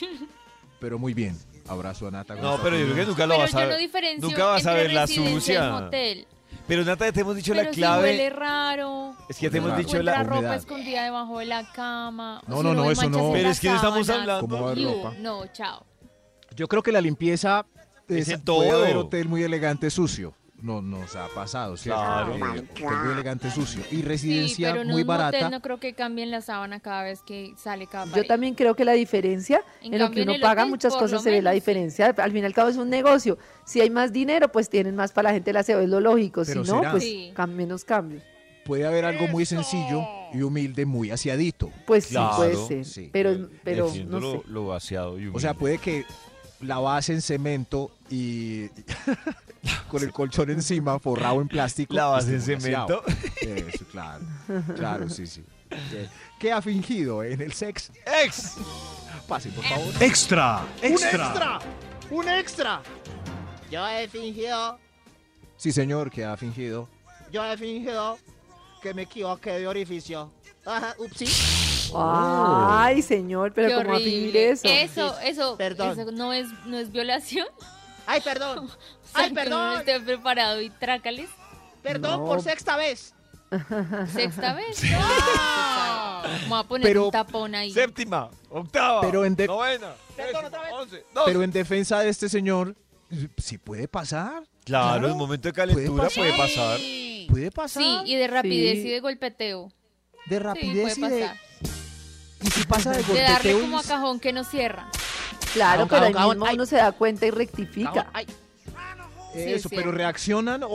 [SPEAKER 3] Pero muy bien. Abrazo a Nata. con
[SPEAKER 2] No,
[SPEAKER 3] esta
[SPEAKER 2] pero yo creo
[SPEAKER 3] opinión.
[SPEAKER 2] que nunca lo
[SPEAKER 4] pero
[SPEAKER 2] vas
[SPEAKER 4] yo
[SPEAKER 2] a
[SPEAKER 4] no
[SPEAKER 2] ver.
[SPEAKER 4] diferencio
[SPEAKER 2] Nunca vas a
[SPEAKER 4] entre
[SPEAKER 2] ver la
[SPEAKER 4] residencia y
[SPEAKER 2] sucia.
[SPEAKER 4] motel.
[SPEAKER 2] Pero Nata, ya te hemos dicho
[SPEAKER 4] Pero
[SPEAKER 2] la
[SPEAKER 4] si
[SPEAKER 2] clave.
[SPEAKER 4] huele raro,
[SPEAKER 2] es que ya te hemos
[SPEAKER 3] Claro.
[SPEAKER 2] dicho
[SPEAKER 4] o entra
[SPEAKER 2] la.
[SPEAKER 3] Humedad.
[SPEAKER 4] ropa escondida debajo de la cama.
[SPEAKER 3] No,
[SPEAKER 4] o si
[SPEAKER 3] no,
[SPEAKER 4] uno
[SPEAKER 3] no,
[SPEAKER 4] ve
[SPEAKER 3] eso no.
[SPEAKER 4] manchas en
[SPEAKER 2] Pero
[SPEAKER 4] las
[SPEAKER 2] es que no estamos
[SPEAKER 4] sábanas.
[SPEAKER 2] hablando.
[SPEAKER 3] ¿Cómo va a haber
[SPEAKER 4] Iu,
[SPEAKER 3] ropa?
[SPEAKER 4] No, chao.
[SPEAKER 3] Yo creo que la limpieza
[SPEAKER 2] Es en
[SPEAKER 3] puede
[SPEAKER 2] todo.
[SPEAKER 3] haber hotel muy elegante sucio. No nos ha pasado, ¿cierto?
[SPEAKER 2] Claro.
[SPEAKER 3] Eh, hotel muy elegante sucio y
[SPEAKER 4] Sí,
[SPEAKER 3] residencia
[SPEAKER 4] pero en
[SPEAKER 3] muy
[SPEAKER 4] un
[SPEAKER 3] barata.
[SPEAKER 4] motel no creo que cambien la sábana cada vez que sale cada
[SPEAKER 5] Yo
[SPEAKER 4] pareja.
[SPEAKER 5] también creo que la diferencia
[SPEAKER 4] En
[SPEAKER 5] en, lo
[SPEAKER 4] cambio,
[SPEAKER 5] que
[SPEAKER 4] en
[SPEAKER 5] uno
[SPEAKER 4] el
[SPEAKER 5] paga,
[SPEAKER 4] hotel,
[SPEAKER 5] muchas
[SPEAKER 4] por lo
[SPEAKER 5] cosas se ve la
[SPEAKER 4] menos.
[SPEAKER 5] diferencia. Al fin y al cabo es un negocio. Si hay más dinero, pues tienen más para la gente la aseo, es lo lógico. Si
[SPEAKER 3] Pero
[SPEAKER 5] no,
[SPEAKER 3] será.
[SPEAKER 5] pues
[SPEAKER 4] Sí.
[SPEAKER 5] cam- menos cambio.
[SPEAKER 3] Puede haber algo muy sencillo y humilde, muy aseadito.
[SPEAKER 5] Pues
[SPEAKER 2] Claro, eh,
[SPEAKER 5] sí, puede ser.
[SPEAKER 3] sí.
[SPEAKER 5] Pero, pero
[SPEAKER 2] Defiendo
[SPEAKER 5] no
[SPEAKER 2] lo,
[SPEAKER 5] sé.
[SPEAKER 2] lo vaciado y
[SPEAKER 3] O sea,
[SPEAKER 2] humilde.
[SPEAKER 3] puede que la base en cemento y [laughs] con el colchón encima, forrado en plástico.
[SPEAKER 2] La base
[SPEAKER 3] es
[SPEAKER 2] en
[SPEAKER 3] demasiado. Eso, claro. Claro, sí, sí. Eh, ¿Qué ha fingido en el sex?
[SPEAKER 2] ¡Ex!
[SPEAKER 3] Pase, por favor.
[SPEAKER 7] Extra,
[SPEAKER 8] ¡Un extra! ¡Un extra! Yo he fingido,
[SPEAKER 3] Sí, señor, ¿qué ha fingido?
[SPEAKER 8] yo he fingido que me equivoqué de orificio. Ajá, upsí.
[SPEAKER 2] Oh.
[SPEAKER 5] Ay, señor, pero
[SPEAKER 4] Qué
[SPEAKER 5] ¿cómo va a
[SPEAKER 4] horrible.
[SPEAKER 5] fingir eso?
[SPEAKER 4] Eso, eso,
[SPEAKER 8] Perdón.
[SPEAKER 4] eso no es, no es violación. [laughs]
[SPEAKER 8] ¡Ay, perdón!
[SPEAKER 4] O sea,
[SPEAKER 8] ¡Ay,
[SPEAKER 4] que uno No
[SPEAKER 8] perdón!
[SPEAKER 4] esté preparado y trácales.
[SPEAKER 8] ¡Perdón
[SPEAKER 5] No.
[SPEAKER 8] por sexta vez!
[SPEAKER 4] Sexta vez. No. Me voy a poner
[SPEAKER 3] Pero-
[SPEAKER 4] un tapón ahí.
[SPEAKER 2] Séptima, octava,
[SPEAKER 3] Pero en de-
[SPEAKER 2] novena,
[SPEAKER 8] Perdón,
[SPEAKER 2] trece,
[SPEAKER 8] otra vez.
[SPEAKER 2] once, doce.
[SPEAKER 3] Pero en defensa de este señor, si puede pasar,
[SPEAKER 2] Claro,
[SPEAKER 3] Claro,
[SPEAKER 2] en momento de calentura
[SPEAKER 3] puede
[SPEAKER 2] puede pasar.
[SPEAKER 3] puede pasar.
[SPEAKER 4] Sí, y de rapidez
[SPEAKER 5] Sí.
[SPEAKER 4] y de golpeteo.
[SPEAKER 3] de rapidez
[SPEAKER 4] sí, puede
[SPEAKER 3] y de.
[SPEAKER 4] pasar.
[SPEAKER 3] Y si pasa de
[SPEAKER 4] De darle
[SPEAKER 3] golpeteo y-
[SPEAKER 4] como a cajón que no cierra.
[SPEAKER 8] Cagón,
[SPEAKER 5] Claro, pero
[SPEAKER 8] cagón,
[SPEAKER 5] el
[SPEAKER 8] cagón.
[SPEAKER 5] mismo
[SPEAKER 8] Ay.
[SPEAKER 5] uno se da cuenta y rectifica.
[SPEAKER 8] ¡Ay!
[SPEAKER 4] Sí, es
[SPEAKER 3] Eso, pero
[SPEAKER 4] cierto.
[SPEAKER 3] reaccionan o,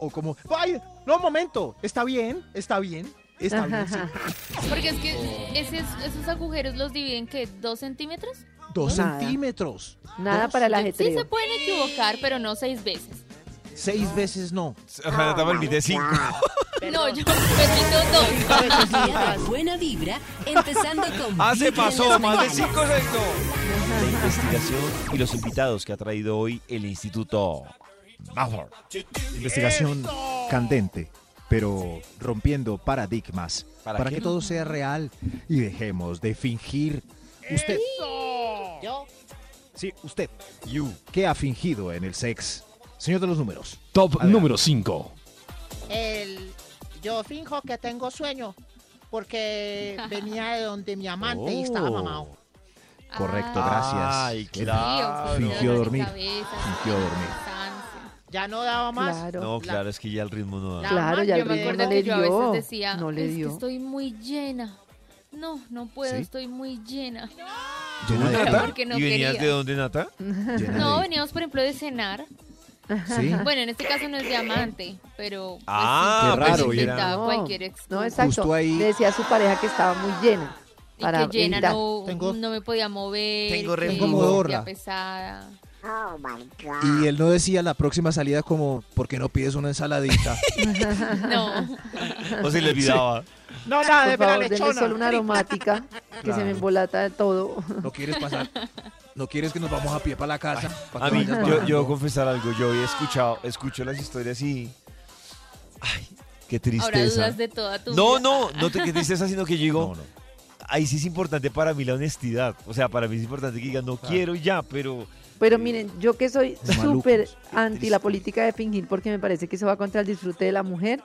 [SPEAKER 3] o como.
[SPEAKER 8] ¡Ay! ¡No, momento! Está bien, está bien, está bien, sí.
[SPEAKER 4] Porque es que esos, esos agujeros los dividen, ¿qué? ¿Dos centímetros?
[SPEAKER 3] Dos
[SPEAKER 5] Nada.
[SPEAKER 3] centímetros.
[SPEAKER 5] Nada para el
[SPEAKER 4] Sí se
[SPEAKER 5] ajetreo.
[SPEAKER 4] pueden equivocar, pero no seis veces.
[SPEAKER 3] Seis veces no.
[SPEAKER 2] Ojalá te permite cinco.
[SPEAKER 4] No, yo [laughs] repito dos.
[SPEAKER 8] pues,
[SPEAKER 1] Día de buena vibra, empezando con.
[SPEAKER 2] Ah, se
[SPEAKER 1] Vibra en
[SPEAKER 2] pasó,
[SPEAKER 1] las
[SPEAKER 2] más de
[SPEAKER 1] mañanas.
[SPEAKER 2] cinco sexto. La investigación y los invitados que ha traído hoy el Instituto Maffer.
[SPEAKER 3] Investigación candente, pero rompiendo paradigmas.
[SPEAKER 2] ¿Para
[SPEAKER 3] Para,
[SPEAKER 2] qué?
[SPEAKER 3] que todo sea real y dejemos de fingir. Usted,
[SPEAKER 8] Yo,
[SPEAKER 3] sí, usted, you, ¿qué ha fingido en el sex? Señor de los números.
[SPEAKER 7] Top
[SPEAKER 3] Adelante.
[SPEAKER 7] número 5.
[SPEAKER 8] el... Yo finjo que tengo sueño
[SPEAKER 5] [laughs]
[SPEAKER 8] porque venía de donde mi amante y
[SPEAKER 5] Oh.
[SPEAKER 8] estaba
[SPEAKER 2] Oh.
[SPEAKER 8] mamado.
[SPEAKER 3] Correcto,
[SPEAKER 4] Ah,
[SPEAKER 3] gracias.
[SPEAKER 2] Ay,
[SPEAKER 3] Él
[SPEAKER 2] claro.
[SPEAKER 4] sí,
[SPEAKER 3] Fingió Ah, dormir.
[SPEAKER 4] cabeza,
[SPEAKER 3] Fingió dormir.
[SPEAKER 4] cansancio.
[SPEAKER 8] Ya no daba más.
[SPEAKER 5] Claro.
[SPEAKER 2] No, claro, es que ya el ritmo no da.
[SPEAKER 8] La-
[SPEAKER 5] Claro, ya
[SPEAKER 4] yo
[SPEAKER 5] el
[SPEAKER 4] me
[SPEAKER 5] ritmo
[SPEAKER 4] acuerdo
[SPEAKER 5] no
[SPEAKER 4] que
[SPEAKER 5] le
[SPEAKER 4] yo a veces
[SPEAKER 5] dio.
[SPEAKER 4] decía,
[SPEAKER 5] No le
[SPEAKER 4] es que
[SPEAKER 5] dio.
[SPEAKER 4] estoy muy llena. No, no puedo,
[SPEAKER 3] ¿Sí?
[SPEAKER 4] estoy muy llena.
[SPEAKER 3] Llena de
[SPEAKER 4] Nata?
[SPEAKER 3] calor,
[SPEAKER 4] Porque no
[SPEAKER 2] ¿Y venías
[SPEAKER 4] quería.
[SPEAKER 2] de dónde, Nata?
[SPEAKER 3] llena
[SPEAKER 4] No,
[SPEAKER 3] de-
[SPEAKER 4] veníamos, por ejemplo, de cenar.
[SPEAKER 3] Sí.
[SPEAKER 4] Bueno, en este caso no es diamante, pero... pues,
[SPEAKER 2] Ah,
[SPEAKER 4] sí,
[SPEAKER 3] qué raro,
[SPEAKER 4] pues,
[SPEAKER 2] era-
[SPEAKER 4] inventaba
[SPEAKER 5] No,
[SPEAKER 4] cualquier excusa.
[SPEAKER 5] No, exacto.
[SPEAKER 3] Justo ahí-
[SPEAKER 5] Le decía a su pareja que estaba muy llena.
[SPEAKER 4] Y
[SPEAKER 5] Para
[SPEAKER 4] que llena
[SPEAKER 5] evitar.
[SPEAKER 4] no,
[SPEAKER 8] Tengo-
[SPEAKER 4] no me podía mover.
[SPEAKER 2] Tengo
[SPEAKER 4] que
[SPEAKER 2] re-
[SPEAKER 3] Tengo
[SPEAKER 4] me
[SPEAKER 3] modorra.
[SPEAKER 4] sentía pesada.
[SPEAKER 3] Y él no decía la próxima salida como, ¿por qué no pides una ensaladita? [laughs]
[SPEAKER 4] No.
[SPEAKER 2] O se le olvidaba.
[SPEAKER 8] No, nada, de
[SPEAKER 5] Por
[SPEAKER 8] la
[SPEAKER 5] favor, denle
[SPEAKER 8] lechona.
[SPEAKER 5] solo una aromática que se me
[SPEAKER 3] Claro.
[SPEAKER 5] embolata de todo.
[SPEAKER 3] No quieres pasar. No quieres que nos vamos a pie para la casa. pa'
[SPEAKER 2] A
[SPEAKER 3] que
[SPEAKER 2] mí,
[SPEAKER 3] vayas
[SPEAKER 2] yo,
[SPEAKER 3] bajando.
[SPEAKER 2] yo voy a confesar algo, yo he escuchado, escucho las historias y... Ay, qué
[SPEAKER 4] Ahora
[SPEAKER 2] tristeza.
[SPEAKER 4] dudas de toda tu
[SPEAKER 2] No,
[SPEAKER 4] vida.
[SPEAKER 2] no, no te qué tristeza, sino que yo digo,
[SPEAKER 3] No, no.
[SPEAKER 2] ahí sí es importante para mí la honestidad. O sea, para mí es importante que digan, no quiero y ya, pero...
[SPEAKER 5] Pero miren, yo que soy
[SPEAKER 3] Malucos,
[SPEAKER 5] súper
[SPEAKER 2] qué
[SPEAKER 5] anti la
[SPEAKER 2] triste.
[SPEAKER 5] política de fingir porque me parece que eso va contra el disfrute de la mujer.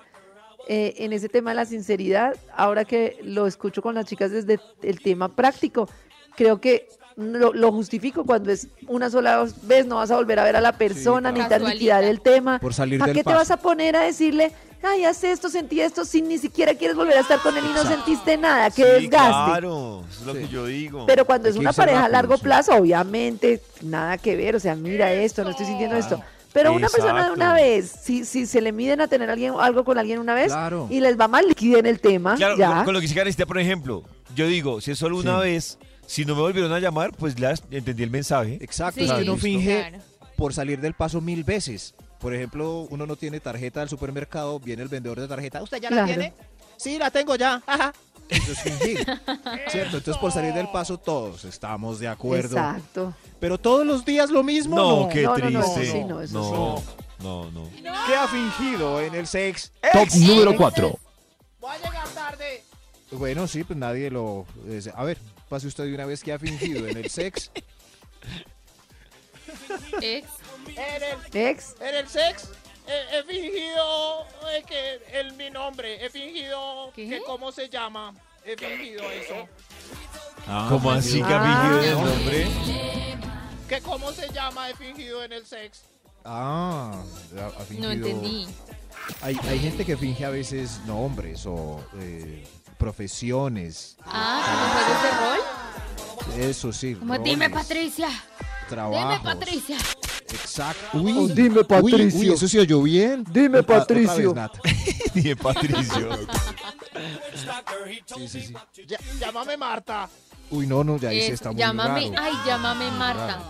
[SPEAKER 5] eh, en ese tema de la sinceridad, ahora que lo escucho con las chicas desde el tema práctico, creo que lo, lo justifico cuando es una sola vez, no vas a volver a ver a la persona,
[SPEAKER 3] claro.
[SPEAKER 5] necesitas
[SPEAKER 4] Casualita.
[SPEAKER 5] liquidar el tema.
[SPEAKER 3] Por salir
[SPEAKER 5] ¿A
[SPEAKER 3] del
[SPEAKER 5] qué te
[SPEAKER 3] paso.
[SPEAKER 5] vas a poner a decirle, ay, haz esto, sentí esto, sin ni siquiera quieres volver a estar con él y no
[SPEAKER 3] Exacto.
[SPEAKER 5] sentiste nada? ¡Qué
[SPEAKER 2] Sí,
[SPEAKER 5] desgaste!
[SPEAKER 2] Claro, eso es lo
[SPEAKER 3] Sí.
[SPEAKER 2] que yo digo.
[SPEAKER 5] Pero cuando
[SPEAKER 3] Hay
[SPEAKER 5] es
[SPEAKER 3] que
[SPEAKER 5] una
[SPEAKER 3] irse
[SPEAKER 5] pareja a
[SPEAKER 3] rápido,
[SPEAKER 5] largo
[SPEAKER 3] sí.
[SPEAKER 5] plazo, obviamente, nada que ver. O sea, mira esto, no estoy sintiendo esto. Pero una persona de una
[SPEAKER 2] Exacto.
[SPEAKER 5] vez, si, si se le miden a tener alguien, algo con alguien una vez
[SPEAKER 3] Claro.
[SPEAKER 5] y les va mal, liquiden el tema.
[SPEAKER 2] Claro,
[SPEAKER 5] ¿ah? ya.
[SPEAKER 2] con lo que se caracteriza, por ejemplo, yo digo, si es solo una
[SPEAKER 3] Sí.
[SPEAKER 2] vez, si no me volvieron a llamar, pues ya entendí el mensaje.
[SPEAKER 3] Exacto,
[SPEAKER 4] Sí,
[SPEAKER 3] es que uno
[SPEAKER 4] listo.
[SPEAKER 3] finge
[SPEAKER 4] claro.
[SPEAKER 3] por salir del paso mil veces. Por ejemplo, uno no tiene tarjeta del supermercado, viene el vendedor de tarjeta.
[SPEAKER 8] ¿Usted ya
[SPEAKER 5] Claro.
[SPEAKER 8] la tiene? Sí, la tengo ya. Ajá.
[SPEAKER 3] Eso es fingir. ¿Cierto? Entonces, por salir del paso, todos estamos de acuerdo.
[SPEAKER 5] Exacto.
[SPEAKER 3] Pero todos los días lo mismo.
[SPEAKER 2] No, qué
[SPEAKER 5] no, no, no, eso
[SPEAKER 2] triste.
[SPEAKER 5] sí, no, eso
[SPEAKER 2] no, no.
[SPEAKER 3] ¿Qué ha fingido en el sex?
[SPEAKER 7] Top
[SPEAKER 3] eh,
[SPEAKER 7] número 4.
[SPEAKER 8] Voy a llegar tarde.
[SPEAKER 3] Bueno, sí, pues nadie lo. es- A ver, pase usted de una vez que ha fingido en el
[SPEAKER 2] [laughs]
[SPEAKER 3] sex.
[SPEAKER 4] Ex.
[SPEAKER 8] En el,
[SPEAKER 5] Ex,
[SPEAKER 8] en el sex eh, he, he fingido eh, que el, mi nombre. He fingido
[SPEAKER 4] ¿Qué?
[SPEAKER 8] que cómo se llama. He fingido eso.
[SPEAKER 2] ¿Cómo así que ha
[SPEAKER 5] Ah.
[SPEAKER 2] fingido
[SPEAKER 5] [laughs]
[SPEAKER 2] el nombre?
[SPEAKER 8] Que cómo se llama he fingido en el sex.
[SPEAKER 3] Ah, ha, ha fingido.
[SPEAKER 4] No entendí.
[SPEAKER 3] Hay, hay gente que finge a veces nombres o eh, profesiones.
[SPEAKER 4] Ah,
[SPEAKER 3] Eso sí.
[SPEAKER 4] ¿como juegos de rol? Como dime
[SPEAKER 3] roles,
[SPEAKER 4] Patricia. Dime
[SPEAKER 3] Trabajos.
[SPEAKER 4] Patricia.
[SPEAKER 3] Exacto. Uy,
[SPEAKER 5] Oh, dime, Patricio.
[SPEAKER 3] Uy, uy, eso se oyó bien.
[SPEAKER 5] Dime,
[SPEAKER 3] Otra- otra vez,
[SPEAKER 5] Patricio.
[SPEAKER 3] Nata.
[SPEAKER 2] Dije Patricio.
[SPEAKER 3] Sí, sí, sí.
[SPEAKER 8] Ya- llámame Marta.
[SPEAKER 3] Uy, no, no, ya ahí se
[SPEAKER 4] Eso,
[SPEAKER 3] está muy
[SPEAKER 4] llámame,
[SPEAKER 3] raro.
[SPEAKER 4] ay, llámame
[SPEAKER 3] Muy
[SPEAKER 4] Marta.
[SPEAKER 3] raro.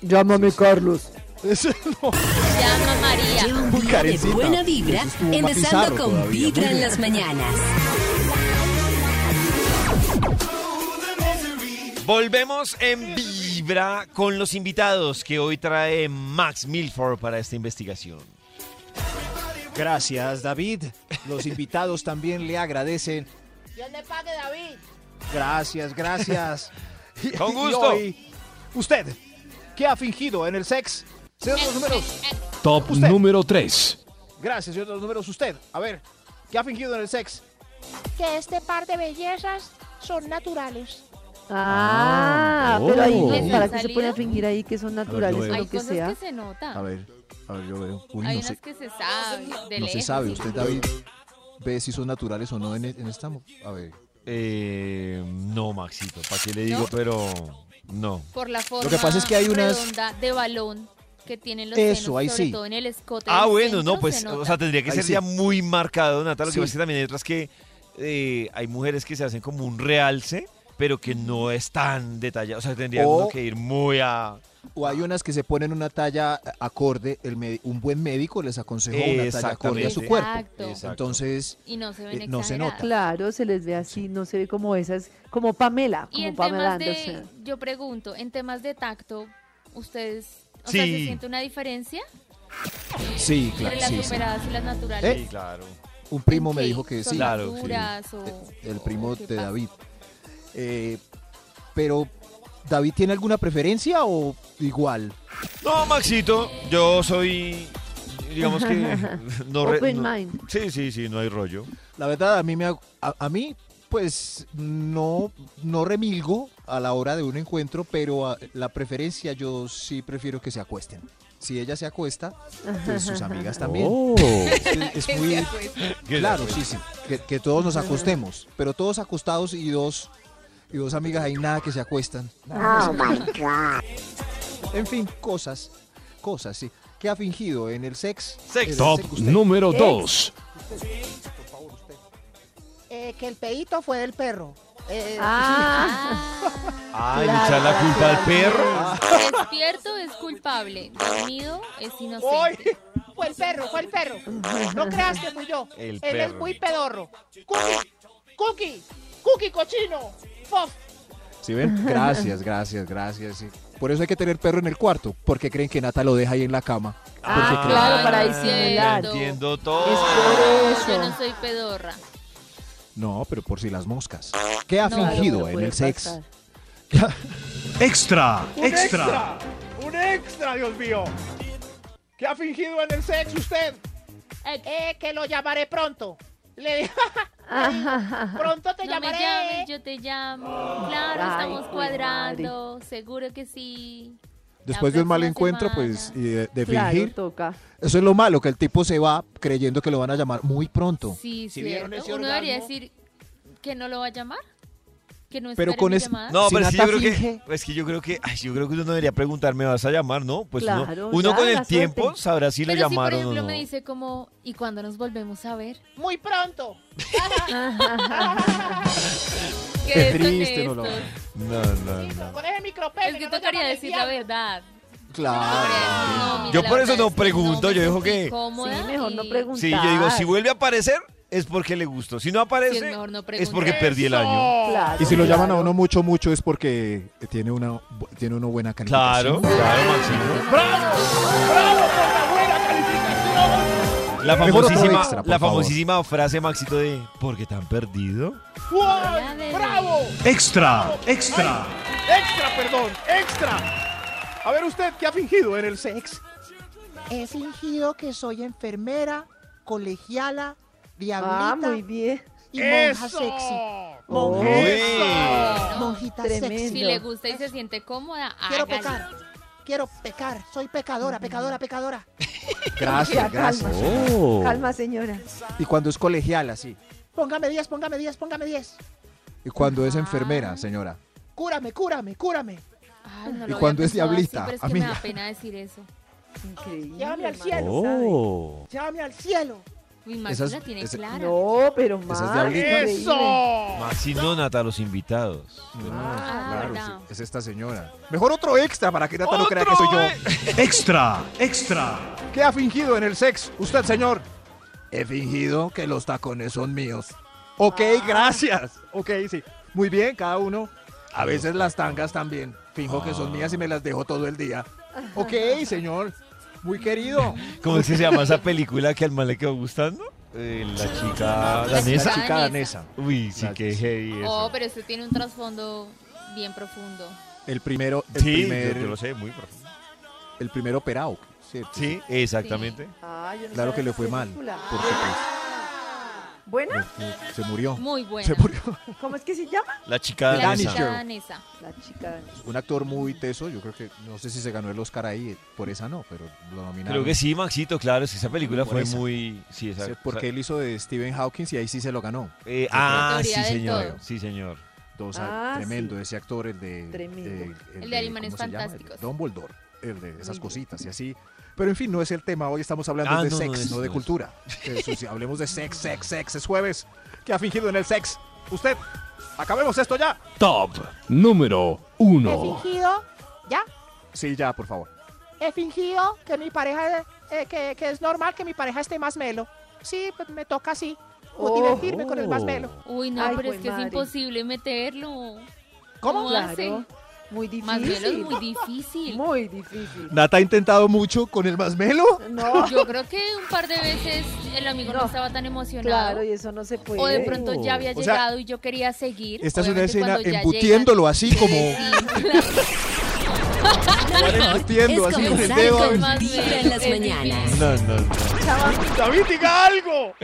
[SPEAKER 5] Llámame Carlos.
[SPEAKER 4] Llama María. Eh,
[SPEAKER 1] Lleva un
[SPEAKER 9] Muy
[SPEAKER 1] día de
[SPEAKER 9] carecita.
[SPEAKER 1] buena vibra,
[SPEAKER 9] Eso estuvo
[SPEAKER 1] empezando
[SPEAKER 9] matizarro
[SPEAKER 1] con
[SPEAKER 9] todavía, muy
[SPEAKER 1] Vibra en
[SPEAKER 9] bien.
[SPEAKER 1] las mañanas.
[SPEAKER 2] Volvemos en Vibra con los invitados que hoy trae Max Milford para esta investigación.
[SPEAKER 3] Gracias, David. Los invitados también le agradecen.
[SPEAKER 8] Dios le pague, David.
[SPEAKER 3] Gracias, gracias. [laughs] Y-
[SPEAKER 2] Con
[SPEAKER 3] y
[SPEAKER 2] gusto.
[SPEAKER 3] hoy, usted, ¿qué ha fingido en el sex? Señor de los
[SPEAKER 4] eh,
[SPEAKER 3] números.
[SPEAKER 7] Top
[SPEAKER 3] Usted.
[SPEAKER 7] número 3.
[SPEAKER 3] Gracias, señor de los números. Usted, a ver, ¿qué ha fingido en el sex?
[SPEAKER 8] Que este par de bellezas son naturales.
[SPEAKER 5] Ah,
[SPEAKER 7] Ah,
[SPEAKER 5] pero ahí,
[SPEAKER 7] oh.
[SPEAKER 5] no, ¿para qué se
[SPEAKER 4] ¿Salido?
[SPEAKER 5] pone a fingir ahí que son naturales
[SPEAKER 9] yo
[SPEAKER 5] o
[SPEAKER 9] veo.
[SPEAKER 5] lo
[SPEAKER 4] Hay
[SPEAKER 5] que
[SPEAKER 4] cosas
[SPEAKER 5] sea?
[SPEAKER 4] que se notan.
[SPEAKER 9] A ver, a ver, yo veo. Uy, no
[SPEAKER 4] Hay unas
[SPEAKER 9] sé,
[SPEAKER 4] que se saben. de
[SPEAKER 9] no se
[SPEAKER 4] lejos,
[SPEAKER 9] sabe.
[SPEAKER 4] sí.
[SPEAKER 9] Usted, David, ve si son naturales o no en, en esta. mo- A ver.
[SPEAKER 2] Eh, no, Maxito, ¿para qué le digo?
[SPEAKER 4] ¿No?
[SPEAKER 2] Pero no.
[SPEAKER 4] Por la forma
[SPEAKER 3] que pasa es que hay unas-
[SPEAKER 4] redonda de balón que tienen los
[SPEAKER 3] Eso,
[SPEAKER 4] senos,
[SPEAKER 3] ahí
[SPEAKER 4] sobre
[SPEAKER 3] sí.
[SPEAKER 4] todo en el escote.
[SPEAKER 2] Ah,
[SPEAKER 4] del
[SPEAKER 2] bueno,
[SPEAKER 4] centro
[SPEAKER 2] no, pues,
[SPEAKER 4] se
[SPEAKER 2] o
[SPEAKER 4] nota.
[SPEAKER 2] sea, tendría que
[SPEAKER 3] Ahí
[SPEAKER 2] ser
[SPEAKER 3] sí.
[SPEAKER 2] ya muy marcado, Natalia. Lo
[SPEAKER 3] Sí.
[SPEAKER 2] que pasa es que también hay otras que eh, hay mujeres que se hacen como un realce, pero que no es tan detallado. O sea, tendría
[SPEAKER 3] O-
[SPEAKER 2] uno que ir muy a.
[SPEAKER 3] O hay unas que se ponen una talla acorde, el me- un buen médico les aconsejó una talla acorde a su
[SPEAKER 2] Exactamente.
[SPEAKER 3] cuerpo.
[SPEAKER 4] Exacto.
[SPEAKER 2] Exacto.
[SPEAKER 3] Entonces,
[SPEAKER 4] Y no se ven
[SPEAKER 3] eh, no se nota.
[SPEAKER 4] exageradas.
[SPEAKER 5] Claro, se les ve así, no se ve como esas, como Pamela,
[SPEAKER 4] Y
[SPEAKER 5] como
[SPEAKER 4] en
[SPEAKER 5] Pamela
[SPEAKER 4] temas
[SPEAKER 5] Anderson.
[SPEAKER 4] de, yo pregunto, en temas de tacto, ¿ustedes, o
[SPEAKER 2] Sí.
[SPEAKER 4] sea, se siente una diferencia
[SPEAKER 3] sí, claro,
[SPEAKER 4] entre las
[SPEAKER 3] sí, sí.
[SPEAKER 4] operadas y las
[SPEAKER 5] ¿Eh?
[SPEAKER 4] naturales?
[SPEAKER 2] Sí, claro.
[SPEAKER 3] Un
[SPEAKER 4] ¿En
[SPEAKER 3] primo me
[SPEAKER 4] qué?
[SPEAKER 3] dijo que
[SPEAKER 4] ¿Son
[SPEAKER 3] sí.
[SPEAKER 2] Claro, sí.
[SPEAKER 4] Naturas, o,
[SPEAKER 3] el
[SPEAKER 4] o
[SPEAKER 3] primo
[SPEAKER 4] qué
[SPEAKER 3] de
[SPEAKER 4] pasa?
[SPEAKER 3] David. Eh, pero, ¿David tiene alguna preferencia o igual?
[SPEAKER 2] No, Maxito, yo soy. Digamos
[SPEAKER 5] [laughs]
[SPEAKER 2] que. No, re-
[SPEAKER 5] Open
[SPEAKER 2] no-
[SPEAKER 5] mind.
[SPEAKER 2] Sí, sí, sí, no hay rollo.
[SPEAKER 3] La verdad, a mí, me, ha- a, a mí pues, no, no remilgo a la hora de un encuentro, pero a- la preferencia yo sí prefiero que se acuesten. Si ella se acuesta, pues [laughs] sus amigas también.
[SPEAKER 7] Oh.
[SPEAKER 3] [laughs] Es, es muy claro, sí, sí. Que, que todos nos acostemos, pero todos acostados y dos y dos amigas ahí nada que se acuestan. Oh my god. En fin, cosas, cosas, sí. ¿Qué ha fingido en el sex?
[SPEAKER 2] Sex.
[SPEAKER 3] En el
[SPEAKER 7] Top
[SPEAKER 3] sex usted.
[SPEAKER 7] número
[SPEAKER 5] Ex.
[SPEAKER 7] 2.
[SPEAKER 8] Eh, que el pedito fue del perro. Eh,
[SPEAKER 5] Ah,
[SPEAKER 2] Ay, le echar la culpa al perro.
[SPEAKER 4] [laughs] Despierto es culpable, dormido es inocente.
[SPEAKER 8] Fue el perro, fue el perro. No creas que fui yo.
[SPEAKER 2] El
[SPEAKER 8] Él es
[SPEAKER 2] perro.
[SPEAKER 8] muy pedorro. Cookie, cookie, cookie cochino. Fof.
[SPEAKER 3] ¿Sí ven? Gracias, gracias, gracias. sí. Por eso hay que tener perro en el cuarto, porque creen que Nata lo deja ahí en la cama.
[SPEAKER 5] Ah,
[SPEAKER 3] Porque
[SPEAKER 5] claro, para
[SPEAKER 4] Ay,
[SPEAKER 5] disimular.
[SPEAKER 4] cierto.
[SPEAKER 2] Entiendo
[SPEAKER 5] [laughs] Es
[SPEAKER 2] todo.
[SPEAKER 5] por
[SPEAKER 4] Yo
[SPEAKER 5] eso.
[SPEAKER 4] no soy pedorra.
[SPEAKER 3] No, pero por si las moscas. ¿Qué ha
[SPEAKER 4] No,
[SPEAKER 5] Claro,
[SPEAKER 3] fingido
[SPEAKER 5] no
[SPEAKER 3] en
[SPEAKER 5] puede
[SPEAKER 3] el sex?
[SPEAKER 5] pasar.
[SPEAKER 7] Extra,
[SPEAKER 3] Un extra.
[SPEAKER 8] Un extra, Dios mío. ¿Qué ha fingido en el sexo usted? Eh, que lo llamaré pronto. Le [laughs] dije, pronto te
[SPEAKER 4] no me
[SPEAKER 8] llamaré.
[SPEAKER 4] llames, yo te llamo. Claro,
[SPEAKER 5] Ay,
[SPEAKER 4] estamos
[SPEAKER 5] jue
[SPEAKER 4] cuadrando. Seguro que sí. La
[SPEAKER 3] Después de un mal
[SPEAKER 4] próxima
[SPEAKER 3] encuentro,
[SPEAKER 4] semana.
[SPEAKER 3] pues, y de, de
[SPEAKER 5] Claro,
[SPEAKER 3] fingir.
[SPEAKER 5] toca.
[SPEAKER 3] Eso es lo malo, que el tipo se va creyendo que lo van a llamar muy pronto.
[SPEAKER 4] Sí,
[SPEAKER 3] Si
[SPEAKER 4] cierto.
[SPEAKER 3] vieron ese
[SPEAKER 4] Uno debería
[SPEAKER 3] orgasmo.
[SPEAKER 4] decir que no lo va a llamar. Que no
[SPEAKER 3] Pero
[SPEAKER 4] espere
[SPEAKER 3] con
[SPEAKER 4] mi
[SPEAKER 3] es-
[SPEAKER 4] llamada.
[SPEAKER 2] No,
[SPEAKER 3] Si
[SPEAKER 2] pero es que yo
[SPEAKER 3] Nata
[SPEAKER 2] creo que,
[SPEAKER 3] finge-
[SPEAKER 2] es que yo creo que, ay, yo creo que uno no debería preguntar, ¿me vas a llamar? No, pues uno-
[SPEAKER 5] Claro,
[SPEAKER 2] uno,
[SPEAKER 5] ya,
[SPEAKER 2] con el
[SPEAKER 5] la
[SPEAKER 2] tiempo
[SPEAKER 5] suerte.
[SPEAKER 2] sabrá si lo
[SPEAKER 4] Pero si, por
[SPEAKER 2] llamaron
[SPEAKER 4] ejemplo,
[SPEAKER 2] o no.
[SPEAKER 4] me dice como, ¿y cuándo nos volvemos
[SPEAKER 2] [laughs]
[SPEAKER 4] a ver?
[SPEAKER 8] Muy pronto.
[SPEAKER 4] Qué
[SPEAKER 3] triste, no lo-
[SPEAKER 4] deshonestos.
[SPEAKER 2] No, no, no.
[SPEAKER 8] Con ese micropene.
[SPEAKER 4] Es que
[SPEAKER 8] no lo
[SPEAKER 4] tocaría
[SPEAKER 8] llaman
[SPEAKER 4] decir
[SPEAKER 8] el
[SPEAKER 4] la
[SPEAKER 8] diablo.
[SPEAKER 4] verdad.
[SPEAKER 3] Claro.
[SPEAKER 4] No, mira,
[SPEAKER 2] Yo
[SPEAKER 4] la
[SPEAKER 2] por
[SPEAKER 4] verdad
[SPEAKER 2] eso no
[SPEAKER 4] es que
[SPEAKER 2] pregunto,
[SPEAKER 4] me
[SPEAKER 2] yo digo
[SPEAKER 4] sentí
[SPEAKER 2] que-
[SPEAKER 4] cómoda
[SPEAKER 5] Sí, mejor no
[SPEAKER 4] y-
[SPEAKER 5] preguntar.
[SPEAKER 2] Sí, yo digo, si vuelve a aparecer es porque le gustó. Si no aparece
[SPEAKER 4] Sí, es mejor no
[SPEAKER 2] es porque
[SPEAKER 4] preguntar.
[SPEAKER 2] perdí el año.
[SPEAKER 5] Claro,
[SPEAKER 3] Y si lo llaman a
[SPEAKER 5] claro.
[SPEAKER 3] uno mucho, mucho es porque tiene una tiene uno buena
[SPEAKER 2] Claro,
[SPEAKER 3] calificación.
[SPEAKER 2] claro, Maxito. La
[SPEAKER 3] Mejor otro
[SPEAKER 2] famosísima,
[SPEAKER 3] extra, por
[SPEAKER 2] la
[SPEAKER 3] favor.
[SPEAKER 2] famosísima frase, Maxito, de ¿por qué tan perdido?
[SPEAKER 4] Ya de-
[SPEAKER 7] Extra, extra.
[SPEAKER 3] Extra, perdón, extra. A ver usted, ¿qué ha fingido en el sex?
[SPEAKER 8] He fingido que soy enfermera, colegiala, diablita
[SPEAKER 5] Ah, muy bien.
[SPEAKER 8] y monja sexy.
[SPEAKER 2] Uy.
[SPEAKER 8] Monjita
[SPEAKER 5] Tremendo.
[SPEAKER 8] sexy.
[SPEAKER 4] Si le gusta y se siente cómoda,
[SPEAKER 8] Quiero
[SPEAKER 4] hágale.
[SPEAKER 8] pecar. Quiero pecar. Soy pecadora, pecadora, pecadora.
[SPEAKER 5] Ya,
[SPEAKER 3] Gracias,
[SPEAKER 5] calma.
[SPEAKER 3] gracias.
[SPEAKER 5] Calma, señora.
[SPEAKER 3] Y cuando es colegiala, sí.
[SPEAKER 8] Póngame 10, póngame 10, póngame 10.
[SPEAKER 3] Y cuando es enfermera, señora.
[SPEAKER 8] Cúrame, cúrame, cúrame.
[SPEAKER 4] Ay, no lo
[SPEAKER 3] ¿Y
[SPEAKER 4] había
[SPEAKER 3] cuando es
[SPEAKER 4] pensado así,
[SPEAKER 3] diablita,
[SPEAKER 4] pero es que
[SPEAKER 3] amiga?
[SPEAKER 4] me da pena decir eso.
[SPEAKER 5] Increíble.
[SPEAKER 8] Llévame al
[SPEAKER 5] hermano, Oh.
[SPEAKER 8] cielo.
[SPEAKER 3] Oh.
[SPEAKER 5] ¿sabe?
[SPEAKER 8] Llévame al cielo.
[SPEAKER 4] Mi Maxi
[SPEAKER 6] Esas-
[SPEAKER 4] la tiene
[SPEAKER 6] ese-
[SPEAKER 4] clara. Oh,
[SPEAKER 5] No, pero
[SPEAKER 6] Esas
[SPEAKER 5] más.
[SPEAKER 6] diablitas.
[SPEAKER 8] ¡Eso!
[SPEAKER 2] Maxi Nonata a los invitados.
[SPEAKER 4] Ah,
[SPEAKER 3] Pues, Claro,
[SPEAKER 4] verdad.
[SPEAKER 3] es, es esta señora. Mejor otro extra para que Nata no crea que soy yo.
[SPEAKER 7] Extra, extra.
[SPEAKER 3] ¿Qué ha fingido en el sexo? Usted, señor.
[SPEAKER 6] He fingido que los tacones son míos.
[SPEAKER 3] Ok, gracias. Ok, sí. Muy bien, cada uno. Ah.
[SPEAKER 6] A veces las tangas también. Finjo que son mías y me las dejo todo el día.
[SPEAKER 3] Ok, señor. Muy querido.
[SPEAKER 2] ¿Cómo es que se llama esa película que al mal le quedó gustando? Eh, la chica danesa.
[SPEAKER 4] La chica danesa.
[SPEAKER 3] danesa.
[SPEAKER 2] Uy, sí que heavy
[SPEAKER 4] Oh,
[SPEAKER 2] eso.
[SPEAKER 4] pero eso tiene un trasfondo bien profundo.
[SPEAKER 3] El primero, el
[SPEAKER 2] Sí,
[SPEAKER 3] primer,
[SPEAKER 2] yo, yo lo sé, muy profundo.
[SPEAKER 3] el primero operado. ¿cierto?
[SPEAKER 2] Sí, exactamente.
[SPEAKER 5] Ah, yo no
[SPEAKER 3] Claro
[SPEAKER 5] sabía
[SPEAKER 3] que le
[SPEAKER 5] esa
[SPEAKER 3] fue mal.
[SPEAKER 5] película.
[SPEAKER 3] Porque pues,
[SPEAKER 5] ¿Buena?
[SPEAKER 3] se murió.
[SPEAKER 4] Muy buena.
[SPEAKER 3] Se murió.
[SPEAKER 5] ¿Cómo es que se llama?
[SPEAKER 2] La chica
[SPEAKER 4] La
[SPEAKER 2] danesa.
[SPEAKER 4] chica danesa.
[SPEAKER 5] La chica.
[SPEAKER 3] Un actor muy teso. Yo creo que no sé si se ganó el Oscar ahí. Por esa no, pero lo nominaron.
[SPEAKER 2] Creo que sí, Maxito, claro, es que esa película
[SPEAKER 3] Por
[SPEAKER 2] fue
[SPEAKER 3] esa.
[SPEAKER 2] muy... Sí, esa,
[SPEAKER 3] Sí, Porque él hizo de Stephen Hawking y ahí sí se lo ganó.
[SPEAKER 2] Eh, ah, sí,
[SPEAKER 4] Teoría del
[SPEAKER 2] señor.
[SPEAKER 4] todo.
[SPEAKER 2] Sí, señor.
[SPEAKER 3] Dos,
[SPEAKER 5] Ah,
[SPEAKER 3] tremendo
[SPEAKER 5] sí.
[SPEAKER 3] ese actor, el de.
[SPEAKER 5] Tremendo.
[SPEAKER 4] El de Animales
[SPEAKER 3] ¿cómo se llama? El de
[SPEAKER 4] Fantásticos.
[SPEAKER 3] Dumbledore, el de esas
[SPEAKER 5] bien.
[SPEAKER 3] cositas y así. Pero en fin, no es el tema. Hoy estamos hablando
[SPEAKER 2] Ah,
[SPEAKER 3] de
[SPEAKER 2] no, no
[SPEAKER 3] sexo, no,
[SPEAKER 2] es, no
[SPEAKER 3] de
[SPEAKER 2] es.
[SPEAKER 3] cultura. Eh, Eso sí, hablemos de sex, sex, sex. Es jueves. ¿Qué ha fingido en el sex? Usted, acabemos esto ya.
[SPEAKER 7] Top número
[SPEAKER 8] He
[SPEAKER 7] 1.
[SPEAKER 8] fingido, ya,
[SPEAKER 3] Sí, ya, por favor.
[SPEAKER 8] he fingido que mi pareja, eh, que, que es normal que mi pareja esté más melo. Sí, pues me toca así. O
[SPEAKER 5] Oh.
[SPEAKER 8] divertirme con el más melo.
[SPEAKER 4] Uy, no,
[SPEAKER 5] Ay,
[SPEAKER 4] pero es
[SPEAKER 5] jue
[SPEAKER 4] que
[SPEAKER 5] madre.
[SPEAKER 4] es imposible meterlo.
[SPEAKER 8] ¿Cómo?
[SPEAKER 4] Lo hace.
[SPEAKER 5] Claro. Muy
[SPEAKER 4] Más bien es
[SPEAKER 5] difícil.
[SPEAKER 4] muy difícil.
[SPEAKER 5] Muy difícil.
[SPEAKER 6] Nata ha intentado mucho con el más melo.
[SPEAKER 5] No,
[SPEAKER 4] Yo creo que un par de veces el amigo no,
[SPEAKER 5] No.
[SPEAKER 4] estaba tan emocionado.
[SPEAKER 5] claro, y eso no se puede.
[SPEAKER 4] o de pronto ya había
[SPEAKER 6] O sea,
[SPEAKER 4] llegado y yo quería seguir.
[SPEAKER 6] Esta es una
[SPEAKER 4] Obviamente,
[SPEAKER 6] escena
[SPEAKER 4] cuando ya
[SPEAKER 6] embutiéndolo así como. embutiendo así
[SPEAKER 1] es
[SPEAKER 6] con el
[SPEAKER 1] comenzar
[SPEAKER 6] dedo.
[SPEAKER 1] con
[SPEAKER 4] Más
[SPEAKER 1] Vibra
[SPEAKER 4] bien,
[SPEAKER 1] en las
[SPEAKER 4] es
[SPEAKER 1] mañanas.
[SPEAKER 4] difícil.
[SPEAKER 2] No, no, no.
[SPEAKER 8] ¡David, diga algo!